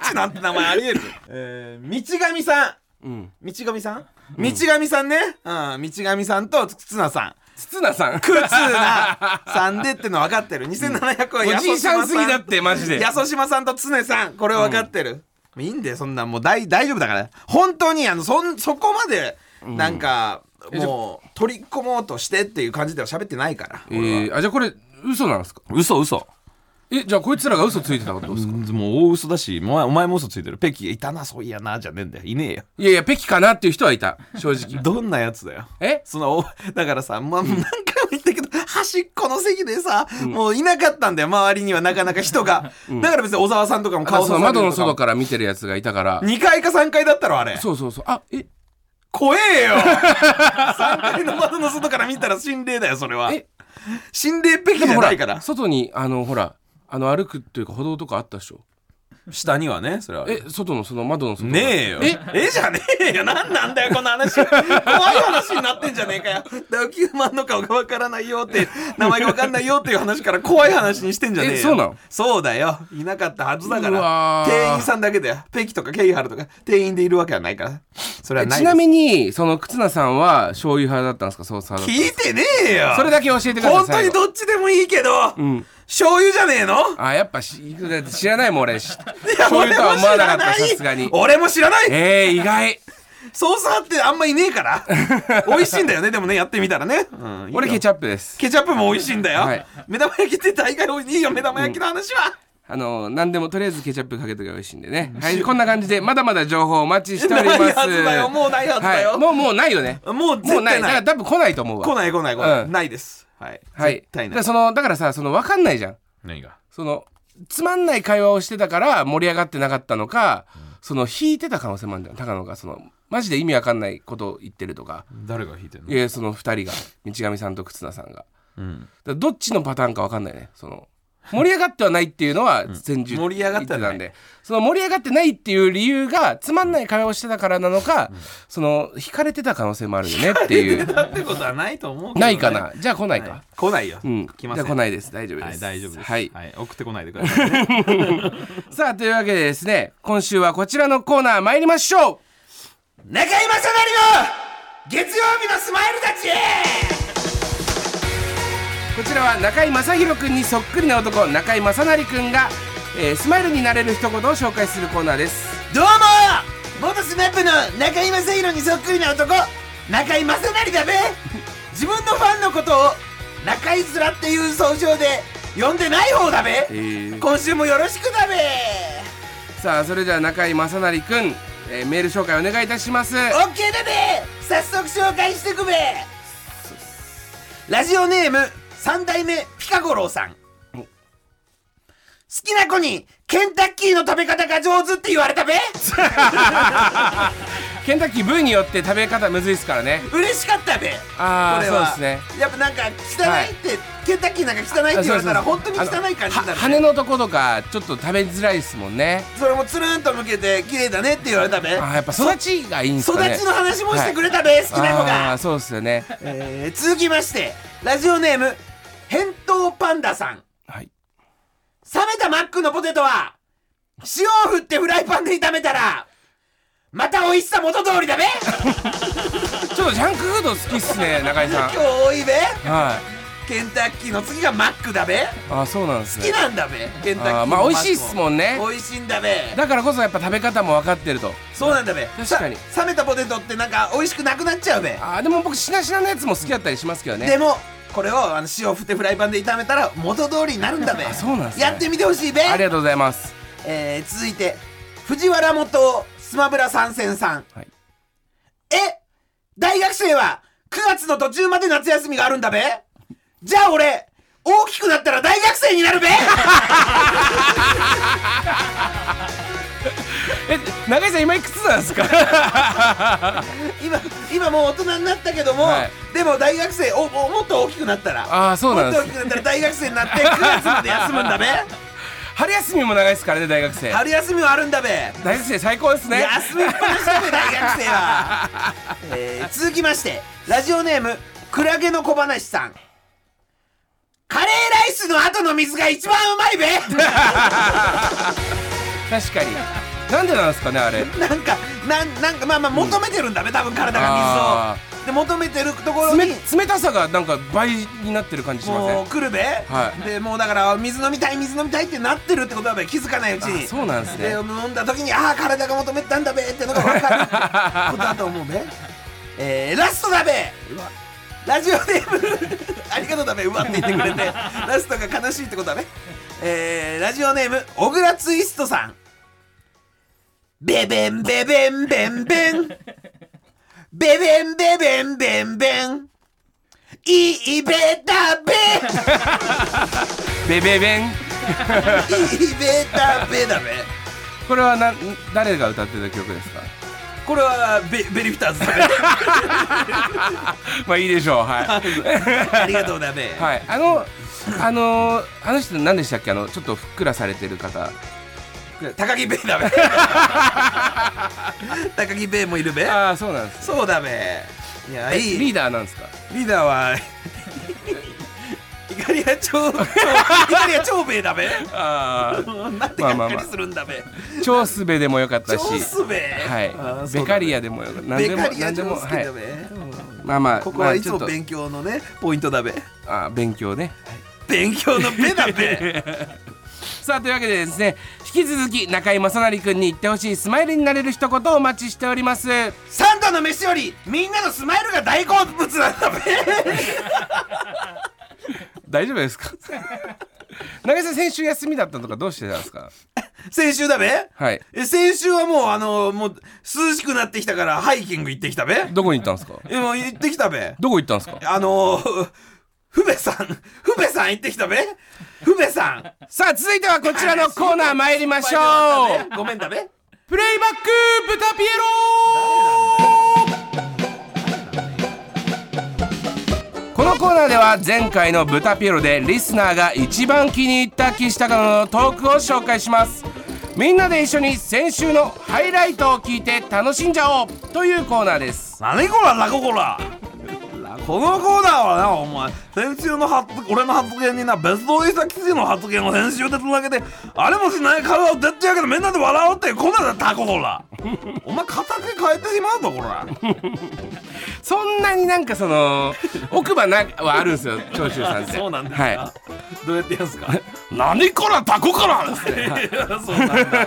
S2: 近道なんて名前ありえる。 <laughs> えー、道上さ
S1: うん
S2: ん。道上さん。道上さんね。うん、道上さんと忽那さん。
S1: 筒名さん
S2: 忽那さんでっての分かってる。2700は
S1: お
S2: 安
S1: じ
S2: 島
S1: いさんすぎだってマジで
S2: 安島さんと常さんこれ分かってる、いいんだよそんなんもう大大丈夫だから本当にあのそんそこまでなんか、もう取り込もうとしてっていう感じでは喋ってないから、
S1: えー、あじゃあこれ嘘なんですか
S2: 嘘嘘
S1: えじゃあこいつらが嘘ついてたことですか、
S2: もう大嘘だしお前お前も嘘ついてるペキいたなそういやなじゃねえんだよいねえよ
S1: いやいやペキかなっていう人はいた正
S2: <laughs>
S1: 直
S2: どんなやつだよ
S1: え
S2: そのおだからさ、まあ、何回も言ったけど端っこの席でさ、もういなかったんだよ周りにはなかなか人が、だから別に小沢さんとかも
S1: あ
S2: 顔
S1: そ
S2: さ
S1: の
S2: され
S1: 窓
S2: る
S1: の
S2: とか
S1: 外から見てるやつがいたから
S2: 2階か3階だったろあれ
S1: そうそうそうあえ
S2: 怖
S1: <laughs>
S2: えよ3階の窓の外から見たら心霊だよそれは
S1: え
S2: 心霊ペ
S1: で
S2: キじ
S1: も
S2: ゃ
S1: ほ
S2: ないからら
S1: 外にあのほらあの歩くというか歩道とかあったでしょ
S2: 下にはねそれは
S1: え外のその窓の外
S2: ねえよ
S1: え
S2: えじゃねえよなんなんだよこの話怖い話になってんじゃねえかよダウキューマンの顔がわからないよって名前がわかんないよっていう話から怖い話にしてんじゃねえよ
S1: えそうなの
S2: そうだよいなかったはずだか
S1: う
S2: ら
S1: わー
S2: 店員さんだけだよペキとかケイハルとか店員でいるわけはないからそれは
S1: え
S2: ない
S1: ちなみ
S2: に
S1: にその忽那さんは醤油派だったんですかソース派だっ
S2: 聞いてねえよ
S1: たそれだけ教えてください
S2: 本当に
S1: 最後
S2: どっちでもいいけど、
S1: ん
S2: 醤油じゃねえの
S1: あやっぱしだって知らないもん
S2: <laughs>
S1: 俺し
S2: いや
S1: 醤油とは思わなかったさすがに
S2: 俺も知らない
S1: えー、意外
S2: ソース派ってあんまいねえから
S1: <laughs>
S2: 美味しいんだよねでもねやってみたらね、うんいいよ
S1: 俺ケチャップです
S2: ケチャップも美味しいんだよ、
S1: はい
S2: 目玉焼きって大概いいよ目玉焼きの話は、
S1: あの何でもとりあえずケチャップかけとけば美味しいんでねはいこんな感じでまだまだ情報お待ちしております
S2: ないはずだよもうないはずだよ
S1: はい、もうもうないよね
S2: もう絶
S1: もうな
S2: 対
S1: いだ
S2: な
S1: か
S2: い
S1: ら多分来ないと思うわ
S2: 来ない来ない来ない、
S1: うん
S2: ないですはい、
S1: はい
S2: 絶対
S1: だから
S2: ない
S1: そのだからさその分かんないじゃん
S3: 何が
S1: そのつまんない会話をしてたから盛り上がってなかったのか、その引いてた可能性もあるじゃん高野がそのマジで意味わかんないことを言ってるとか、
S3: 誰が弾いてんの
S1: いやその二人が道上さんと忽那さんがだか
S3: うん
S1: らどっちのパターンかわかんないねその盛り上がってはないっていうのは前述
S2: 盛り上がってはな
S1: 言
S2: い
S1: たんでその盛り上がってないっていう理由がつまんない会話をしてたからなのか、その惹かれてた可能性もあるよねってい
S2: 出
S1: う
S2: たってことはないと思うけどね、
S1: ないかなじゃあ来ないか、
S2: はい来ないよ、
S1: うん
S2: 来ません
S1: じゃあ来ないです大丈夫です、
S3: はい大丈夫です
S1: はい
S3: 送ってこないでください
S1: <laughs> さあというわけでですね今週はこちらのコーナー参りましょう
S2: 中居正成の月曜日のスマイルたち
S1: こちらは中居正広君にそっくりな男中居正成君が、えースマイルになれる一言を紹介するコーナーです
S2: どうも元スナップの中居正広にそっくりな男中居正
S1: <laughs>
S2: 成だべ自分のファンのことを中居面っていう総称で呼んでない方だべ、今週もよろしくだべ
S1: さあそれでは中居正成君、えーメール紹介お願いいたし
S2: <laughs>
S1: ます
S2: オッケーだべ早速紹介してくべラジオネーム三代目ピカゴロウさん好きな子にケンタッキーの食べ方が上手って言
S1: <laughs>
S2: われたべ
S1: ケンタッキー部位によって食べ方むずいですからね
S2: 嬉しかったべ
S1: あー
S2: これは
S1: そうです
S2: やっぱなんか汚いって、ケンタッキーなんか汚いって言われたら本当に汚い感じにな
S1: は
S2: る
S1: 羽のとことかちょっと食べづらいですもんね
S2: それもつるんと向けて綺麗だねって言われたべ
S1: あーやっぱ育ちがいいんです
S2: 育
S1: かね
S2: ちの話もしてくれたべ、好きな子
S1: あ
S2: が
S1: ー、そうですよね
S2: えー続きましてラジオネーム返答パンダさん
S1: はい
S2: 冷めたマックのポテトは塩を振ってフライパンで炒めたらまた美味しさ元通りだべ
S1: ちょっとジャンクフード好きっすね中居さ
S2: 今日多いべ
S1: んはい
S2: ケンタッキーの次がマックだべ
S1: あそうなんです
S2: 好
S1: ね
S2: きなんだべケンタッキー
S1: あー
S2: も
S1: まあ
S2: マック
S1: 美味しいっすもんね
S2: 美味しいんだべ
S1: だからこそやっぱ食べ方も分かってると
S2: そうなんだべ
S1: 確
S2: さ
S1: かに
S2: 冷めたポテトってなんか美味しくなくなっちゃうべ
S1: あーでも僕しなしなのやつも好きだったりしますけどね
S2: でもこれをあの塩を振ってフライパンで炒めたら元通りになるんだべ
S1: そうなんすね
S2: やってみてほしいべ
S1: ありがとうございます
S2: えー続いて藤原元スマブラ参戦さん、
S1: はい
S2: え大学生は9月の途中まで夏休みがあるんだべじゃあ俺大きくなったら大学生になるべ
S1: え中井さん今いくつなんですか
S2: 今今もう大人になったけども、
S1: はい
S2: でも大学生おおもっと大きくなったら
S1: あーそうなんです
S2: もっと大きくなったら大学生になって9月
S1: <laughs>
S2: まで休むんだべ
S1: 春休みも長いですからね大学生
S2: 春休みはあるんだべ、
S1: 大学生最高ですね
S2: 休みっぱなしだべ大学生は、
S1: <laughs>
S2: えー続きましてラジオネームクラゲの小話さんカレーライスの後の水が一番うまい
S1: <laughs>
S2: べ
S1: 確かになんでなんですかねあれ
S2: なんかなんなんかまあまあ求めてるんだべ多分体が
S1: あ
S2: 水をで求めてるところに
S1: 冷冷たさがなんか倍になってる感じしません
S2: もう来るべ、
S1: はい
S2: でもうだから水飲みたい水飲みたいってなってるってことだべ気づかないうち
S1: あ
S2: に
S1: そうなんです
S2: で
S1: ね
S2: 飲んだ時にああ体が求めてたんだべってのが分かるってことだと思うべ <laughs> えー、ラストだべラジオネーム <laughs> ありがとうだべうわって言ってくれてラストが悲しいってことだねえー、ラジオネーム小倉ツイストさんベベンベベンベンベンベベンベベンベンベンいいべだべ
S1: ベベベン
S2: いいべだべだべ <laughs>
S1: これはな誰が歌ってた曲ですか
S2: これはベベリフィターズ
S1: <laughs>
S2: だね
S1: まあいいでしょうはい
S2: ありがとうだべ
S1: はい、あの、あのあの人何でしたっけ、あの、ちょっとふっくらされてる方。
S2: 高木ベだべ高木ベもいるべ
S1: ああ、そうなんです。
S2: そうだべいやいい
S1: リーダーなんですか。
S2: リーダーは <laughs> イカリア超超イカリア超べだべ
S1: ああ、
S2: なんて
S1: まあまあ
S2: がっか
S1: まあ
S2: りするんだべ
S1: 超すべでもよかったし。
S2: 超すべ
S1: はい、ベカリアでもよかった。何
S2: ベ
S1: で
S2: カ
S1: も、
S2: リア
S1: 何で
S2: 超
S1: も、
S2: 好き
S1: はい
S2: だ。べうん
S1: まあまあ、
S2: ここはいつ
S1: まあ
S2: も
S1: ちょっと
S2: 勉強のねポイントだべ
S1: あー勉強ね。
S2: 勉強のべだべ
S1: さあというわけでですね引き続き中居正成君に言ってほしいスマイルになれる一言をお待ちしております
S2: サンドの飯よりみんなのスマイルが大好物なんだべ
S1: 大丈夫ですか <laughs> 中居さん先週休みだったとかどうしてたんですか
S2: 先週だべ
S1: はい
S2: え先週はもうあのもう涼しくなってきたからハイキング行ってきたべ
S1: どこに行ったんですか
S2: えもう行ってきたべ
S1: どこ行ったんですか
S2: あのー、ふべさんふべさん行ってきたべふべさん
S1: さあ続いてはこちらのコーナー参りましょ
S2: <laughs>
S1: う
S2: ごめんだべ
S1: プレイバック豚ピエロこのコーナーでは前回の豚ピエロでリスナーが一番気に入った岸高野のトークを紹介しますみんなで一緒に先週のハイライトを聞いて楽しんじゃおうというコーナーです
S2: 何こらラココラこのコーナーはなお前先週の発俺の発言にな別動した記事の発言を編集でつなげてあれもしない体をでっち上げてみんなで笑おうっていうコーナーだタココラお前形変えてしまうぞこ <laughs> れ
S1: そんなになんかその奥歯なはあるんですよ長州さんって
S2: そうなんですか、
S1: はい
S2: どうやってやんすか何こらタココラですね <laughs> そうなんだ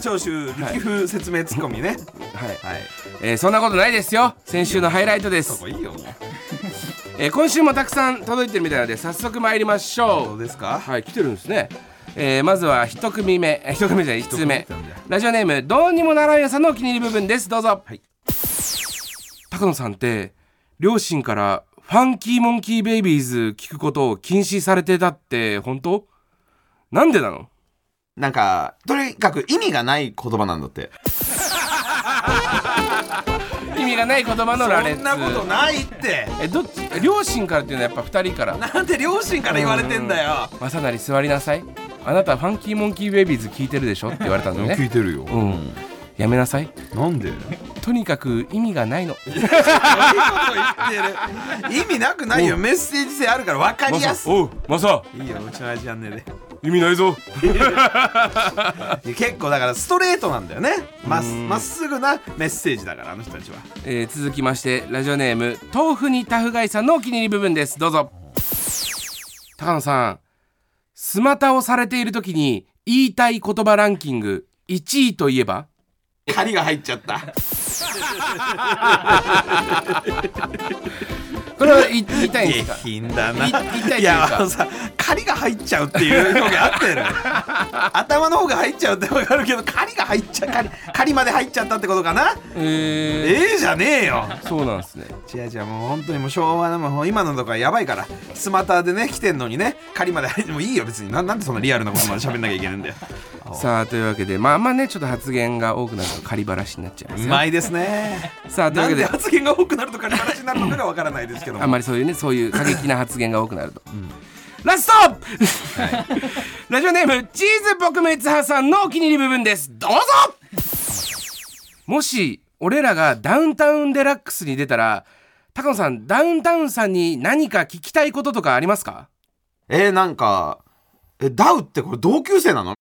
S2: 長州力風説明ツッコミね
S1: はい
S2: はい
S1: えーそんなことないですよ先週のハイライトです
S3: そこいいよもう
S1: えー今週もたくさん届いてるみたいなので早速参りまし
S2: ど
S1: ょ
S2: う
S1: う
S2: ですか
S1: はい来てるんですね、えーまずは一組目えー一組目じゃない一通目
S3: 一組目なんだ
S1: ラジオネームどうにもならんよさんのお気に入り部分ですどうぞ、高野さんって両親からファンキーモンキーベイビーズ聞くことを禁止されてたって本当なんでなの
S2: なんかとにかく意味が <laughs> ない言葉なんだって
S1: 意味がない言葉の羅列
S2: そんなことないって
S1: えどっち両親からっていうのはやっぱ二人から
S2: なんで両親から言われてんだ <laughs> よ
S1: 「正成座りなさいあなたファンキーモンキーベイビーズ聞いてるでしょ」って言われたんだよね
S2: <laughs>
S3: 聞いてるよ、
S1: うん、やめなさい
S3: なんで
S1: とにかく意味がないの
S2: 言ってる意味なくないよメッセージ性あるから分かりやすい
S1: おうマサ
S2: いいようちの味やんね
S1: 意味ないぞ
S2: で結構だからストレートなんだよねまっまっすぐなメッセージだからあの人たちは
S1: えー続きましてラジオネーム豆腐にタフガイさんのお気に入り部分ですどうぞ高野さんスマタをされている時に言いたい言葉ランキング1位といえば
S2: 針が入っちゃった
S1: これ <laughs> は言い言いたいんで
S2: 下
S1: すか
S2: 品だない
S1: 痛いっていうか
S2: いやあのさ狩りが入っちゃうっていう表現合ってる頭の方が入っちゃうって分かるけど狩りが入っちゃう狩り狩りまで入っちゃったってことかな
S1: えー、
S2: ええじゃねえよ
S1: そうなんですね
S2: 違う違うもう本当にもう昭和のもう今のとかやばいからスマタでね来てんのにね仮まで入ってもいいよ別にななんでそんなリアルなことまで喋んなきゃいけないんだよ
S1: さあというわけでまあまあねちょっと発言が多くなると仮ばらしになっちゃいま
S2: う
S1: すよ
S2: まいですね
S1: さあという
S2: な
S1: わけ
S2: んで
S1: で
S2: 発言が多くなると仮話になるのかがわからないですけど
S1: あん
S2: も
S1: まりそういうねそういう過激な発言が多くなると、ラスト、 <laughs> ラジオネームチーズ撲滅派さんのお気に入り部分ですどうぞもし俺らがダウンタウンデラックスに出たら高野さんダウンタウンさんに何か聞きたいこととかありますか
S2: <laughs> えー、なんかえダウってこれ同級生なの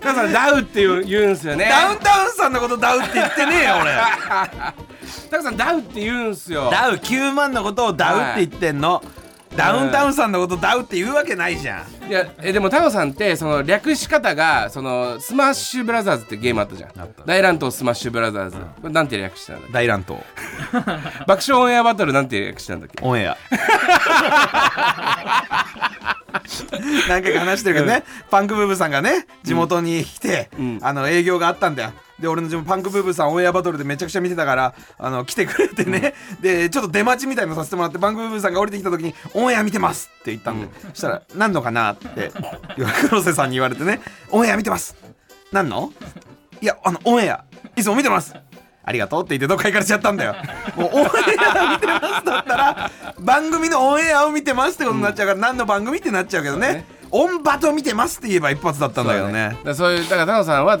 S1: 高野さんダウって言う言うんすよね
S2: ダウンタウンさんのことダウって言ってねえよ俺
S1: 高野さんダウって言うんすよ
S2: <laughs> ダウ9万のことをダウって言ってんの、ダウンタウンさんのことダウって言うわけないじゃん、
S1: いやえでもタオさんってその略し方がそのスマッシュブラザーズってゲームあったじゃん
S3: った
S1: 大乱闘スマッシュブラザーズ、これなんて略してたんだっ
S2: 大乱闘
S1: け <laughs> 爆笑オンエアバトルなんて略してたんだっけ
S2: オン <laughs> エア。何回か話してるけどね、パンクブーブーさんがね地元に来て、あの営業があったんだよで俺の地元パンクブーブーさんオンエアバトルでめちゃくちゃ見てたからあの来てくれてね、でちょっと出待ちみたいのさせてもらってパンクブーブーさんが降りてきた時に「オンエア見てます」って <laughs> 言ったんで、そしたら「何のかな?」って黒瀬さんに言われてね「オンエア見てます」何のいやあのオンエアいつも見てますありがとうって言ってどっか行かれちゃったんだよもうオンエア見てますだったら番組のオンエアを見てますってことになっちゃうから、何の番組ってなっちゃうけどねオンバト見てますって言えば一発だったんだけどね
S1: だからそういうだからダノさんは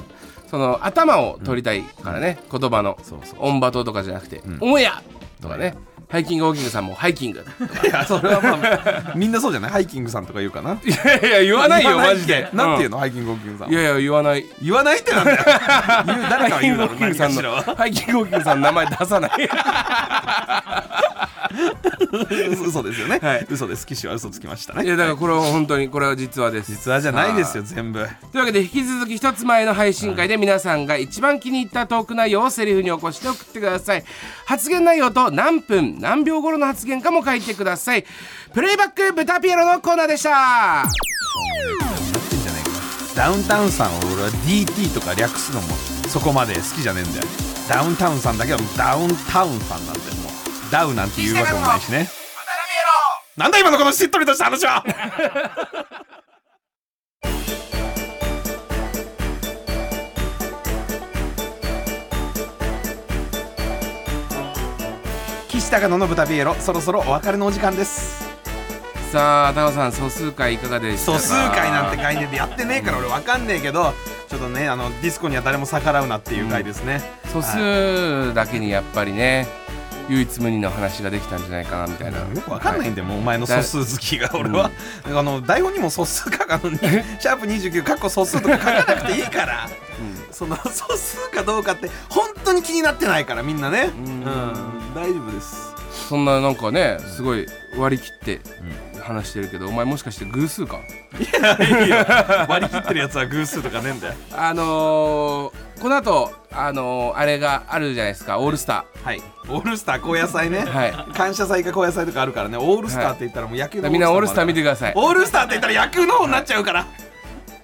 S1: その頭を取りたいからね、言葉の
S3: そうそう
S1: オンバトとかじゃなくて「オンエア!」とかね、ハイキングウォーキングさんも「ハイ <laughs> キング」
S2: いやそれは <laughs> まあみんなそうじゃないハイキングさんとか言うかない
S1: やいや言わないよマジ <laughs> で
S2: なんて言う
S1: の、
S2: の、ハイキングウォーキングさん
S1: いやいや言わない
S2: 言わないってなんだよ言う誰か
S1: ハ
S2: は
S1: イキン
S2: 言う
S1: グウ
S2: だ
S1: ォ
S2: ろ
S1: ー
S2: う
S1: キングさん
S2: 何かしら
S1: の
S2: は
S1: <laughs> ハイキングウォーキングさんの名前出さない
S2: <laughs> 嘘ですよね、
S1: はい
S2: 嘘です騎士は嘘つきました
S1: <laughs> い
S2: ね
S1: やだからこれは本当にこれは実話です
S2: 実はじゃないですよ全部
S1: というわけで引き続き一つ前の配信会で皆さんが一番気に入ったトーク内容をセリフに起こして送ってください発言内容と何分何秒頃の発言かも書いてくださいプレイバック豚ピエロのコーナーでした
S2: ダウンタウンさんを俺は DT とか略すのもそこまで好きじゃねえんだよダウンタウンさんだけはもうダウンタウンさんなんだよもうダウなんて言うわけもないしねなんだ今のこのしっとりとした話は <laughs> 岸高野の豚ビエロそろそろお別れのお時間です
S1: さあタオさん素数回いかがでしたか
S2: 素数回なんて概念でやってねえから俺わかんねえけどちょっとねあのディスコには誰も逆らうなっていう回ですね、
S1: 素数だけにやっぱりね唯一無二の話ができたんじゃないかなみたいな
S2: よくわかんないんだよ、もうお前の素数好きが俺は、あの台本にも素数書かのにシャープ29かっこ素数とか書かなくていいから、その素数かどうかって本当に気になってないからみんなねうん、大丈夫です
S1: そんななんかねすごい割り切って話してるけどお前もしかして偶数か
S2: 割り切ってるやつは偶数とかねえんだよ
S1: あのー、この後あのー、あれがあるじゃないですかオールスタ
S2: はいオールスター高野菜ね、
S1: は
S2: 感謝祭か高野菜とかあるからねオールスターって言ったらもう野球
S1: ー
S2: の
S1: みんなオールスター
S2: も
S1: 見
S2: あるから
S1: てください
S2: オールスターって言ったら野球の方になっちゃうから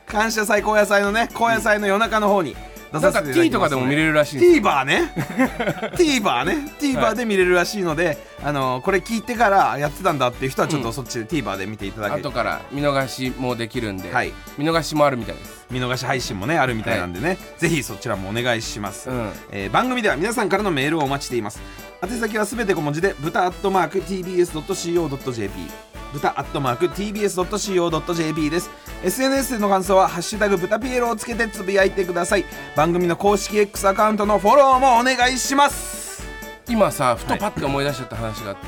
S2: 感謝祭高野祭のね高野祭の夜中の方に出
S1: な
S2: さ
S1: んか
S2: せていただ
S1: T
S2: き
S1: と
S2: ま
S1: か
S2: す
S1: でも
S2: の
S1: 見
S2: で
S1: れるらしいんですよ
S2: TVer ね TVer ね TVer で見れるらしいので、あのこれ聞いてからやってたんだっていう人はちょっとそっちで TVer で見ていただけ、
S1: 後から見逃しもできるんで、
S2: はい
S1: 見逃しもあるみたいです
S2: 見逃し配信もねあるみたいなんでね、ぜひそちらもお願いします、
S1: うん
S2: えー番組では皆さんからのメールをお待ちしています宛先はすべて小文字で豚アットマーク TBS.CO.JP 豚アットマーク TBS.CO.JP です SNS での感想は「ハッシュタグ豚ピエロ」をつけてつぶやいてください番組の公式 X アカウントのフォローもお願いします
S1: 今さふとパッて思い出しちゃった話があって、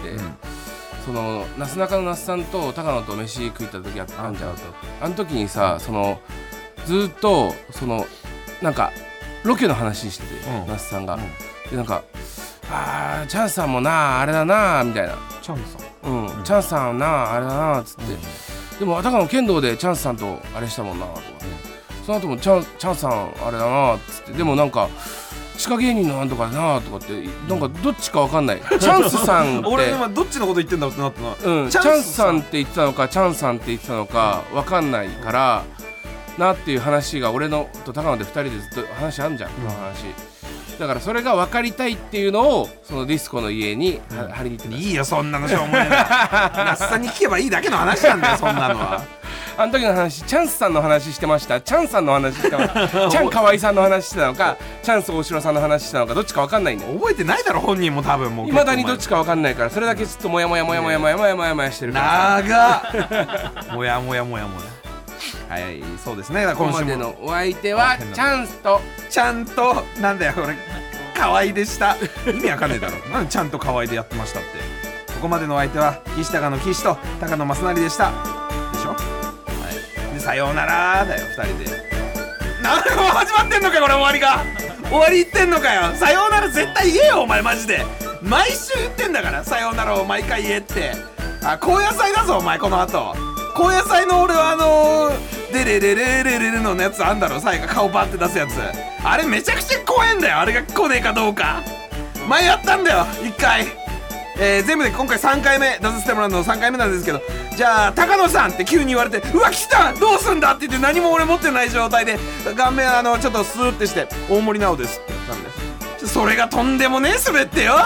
S1: そのなすなかの那須さんと高野と飯食いた時あったんじゃんあの時にさそのずーっとそのなんかロケの話してて、
S2: うん
S1: 那須さんが、でなんか「あーチャンスさんもなあれだなあ」みたいな
S2: チャンさん
S1: うん、チャンスさんなああれだなっつって、でもあたかも剣道でチャンスさんとあれしたもんなとかね、その後もチャンチャンスさんあれだなっつってでもなんか地下芸人のなんとかなとかってなんかどっちかわか
S2: <laughs>
S1: んないチャンスさんって
S2: 俺今どっちのこと言ってんだろうってなったな
S1: うん、チ
S2: チャンスさん
S1: ャンスさんって言ってたのかチャンさんって言ってたのかわかんないから、なっていう話が俺のと高野で2人でずっと話あんじゃん、この話だからそれが分かりたいっていうのをそのディスコの家には貼りに行ってた
S2: いいよそんなのしょうもない <laughs> な那須さんに聞けばいいだけの話なんだよそんなのは
S1: あの時の話チャンスさんの話してましたチャンさんの話してました <laughs> チャン河合さんの話してたのかチャンス大城さんの話してたのかどっちか分かんないんだよ
S2: 覚えてないだろ本人も多分もう
S1: いまだにどっちか分かんないからそれだけちょっとモヤモヤモヤモヤモヤモヤモヤモヤしてるから
S2: 長っもやもやもやもやはいそうですね
S1: ここ
S2: 今
S1: ま
S2: 週
S1: で
S2: も
S1: のお相手はチャンスと
S2: ちゃんとなんだよこれ可愛いでした意味わかんねえだろなんでちゃんと可愛いでやってましたってここまでのお相手は岸高の岸と高野正成でしたでしょはいでさようならだよ二人でなんでもう始まってんのかこれ終わりが終わり言ってんのかよさようなら絶対言えよお前マジで毎週言ってんだからさようならを毎回言えってあ高野菜だぞお前この後高野菜の俺はあのー、でれれれれれれのやつあんだろ最後顔バって出すやつあれめちゃくちゃ怖えんだよあれが来ねえかどうか前やったんだよ一回えー全部で今回3回目出させてもらうの3回目なんですけどじゃあ高野さんって急に言われて「うわ来たどうすんだ!」って言って何も俺持ってない状態で顔面あのちょっとスーってして「大森直です」ってやったんでちょそれがとんでもねえ滑ってよ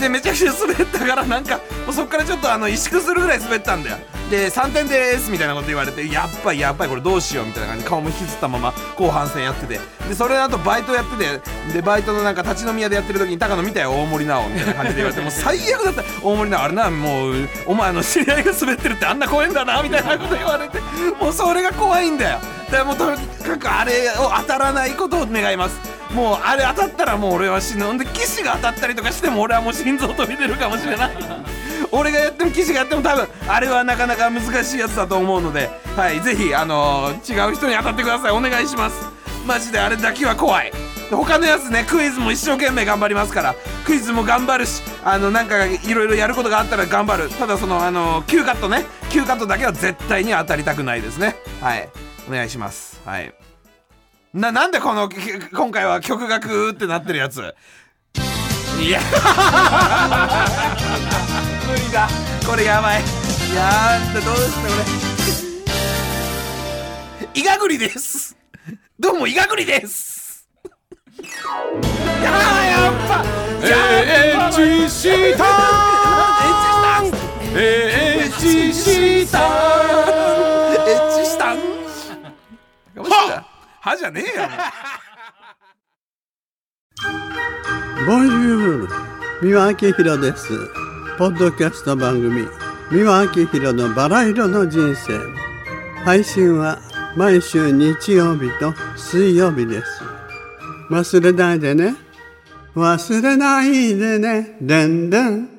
S2: でめちゃくちゃ滑ったからなんかもうそっからちょっとあの萎縮するぐらい滑ったんだよで3点ですみたいなこと言われてやっぱりやっぱりこれどうしようみたいな感じ顔も引きずったまま後半戦やっててでそれの後バイトやっててでバイトのなんか立ち飲み屋でやってる時に「高野見たよ大森なお」みたいな感じで言われてもう最悪だった大森なおあれなもうお前あの知り合いが滑ってるってあんな怖えんだなみたいなこと言われてもうそれが怖いんだよだからもうとにかくあれを当たらないことを願いますもうあれ当たったらもう俺は死ぬんで岸が当たったりとかしても俺はもう心臓飛び出るかもしれない俺がやっても岸がやっても多分あれはなかなか難しいやつだと思うのではいぜひあのー違う人に当たってくださいお願いしますマジであれだけは怖いで他のやつねクイズも一生懸命頑張りますからクイズも頑張るしあのなんかいろいろやることがあったら頑張るただそのあのー、9カットね9カットだけは絶対に当たりたくないですねはいお願いしますはいななんでこのき今回は曲がグーってなってるやついや無理だこれやばいいやーどうですかこれイガグリですどうもイガグリですやーやっぱやっぱエッ
S1: チした
S2: チしたん
S1: エッチした
S2: エッチしたんかもしれない歯じゃねえよ
S4: ボンジュール三輪明宏ですポッドキャスト番組三輪明宏のバラ色の人生配信は毎週日曜日と水曜日です忘れないでね忘れないでねでんでん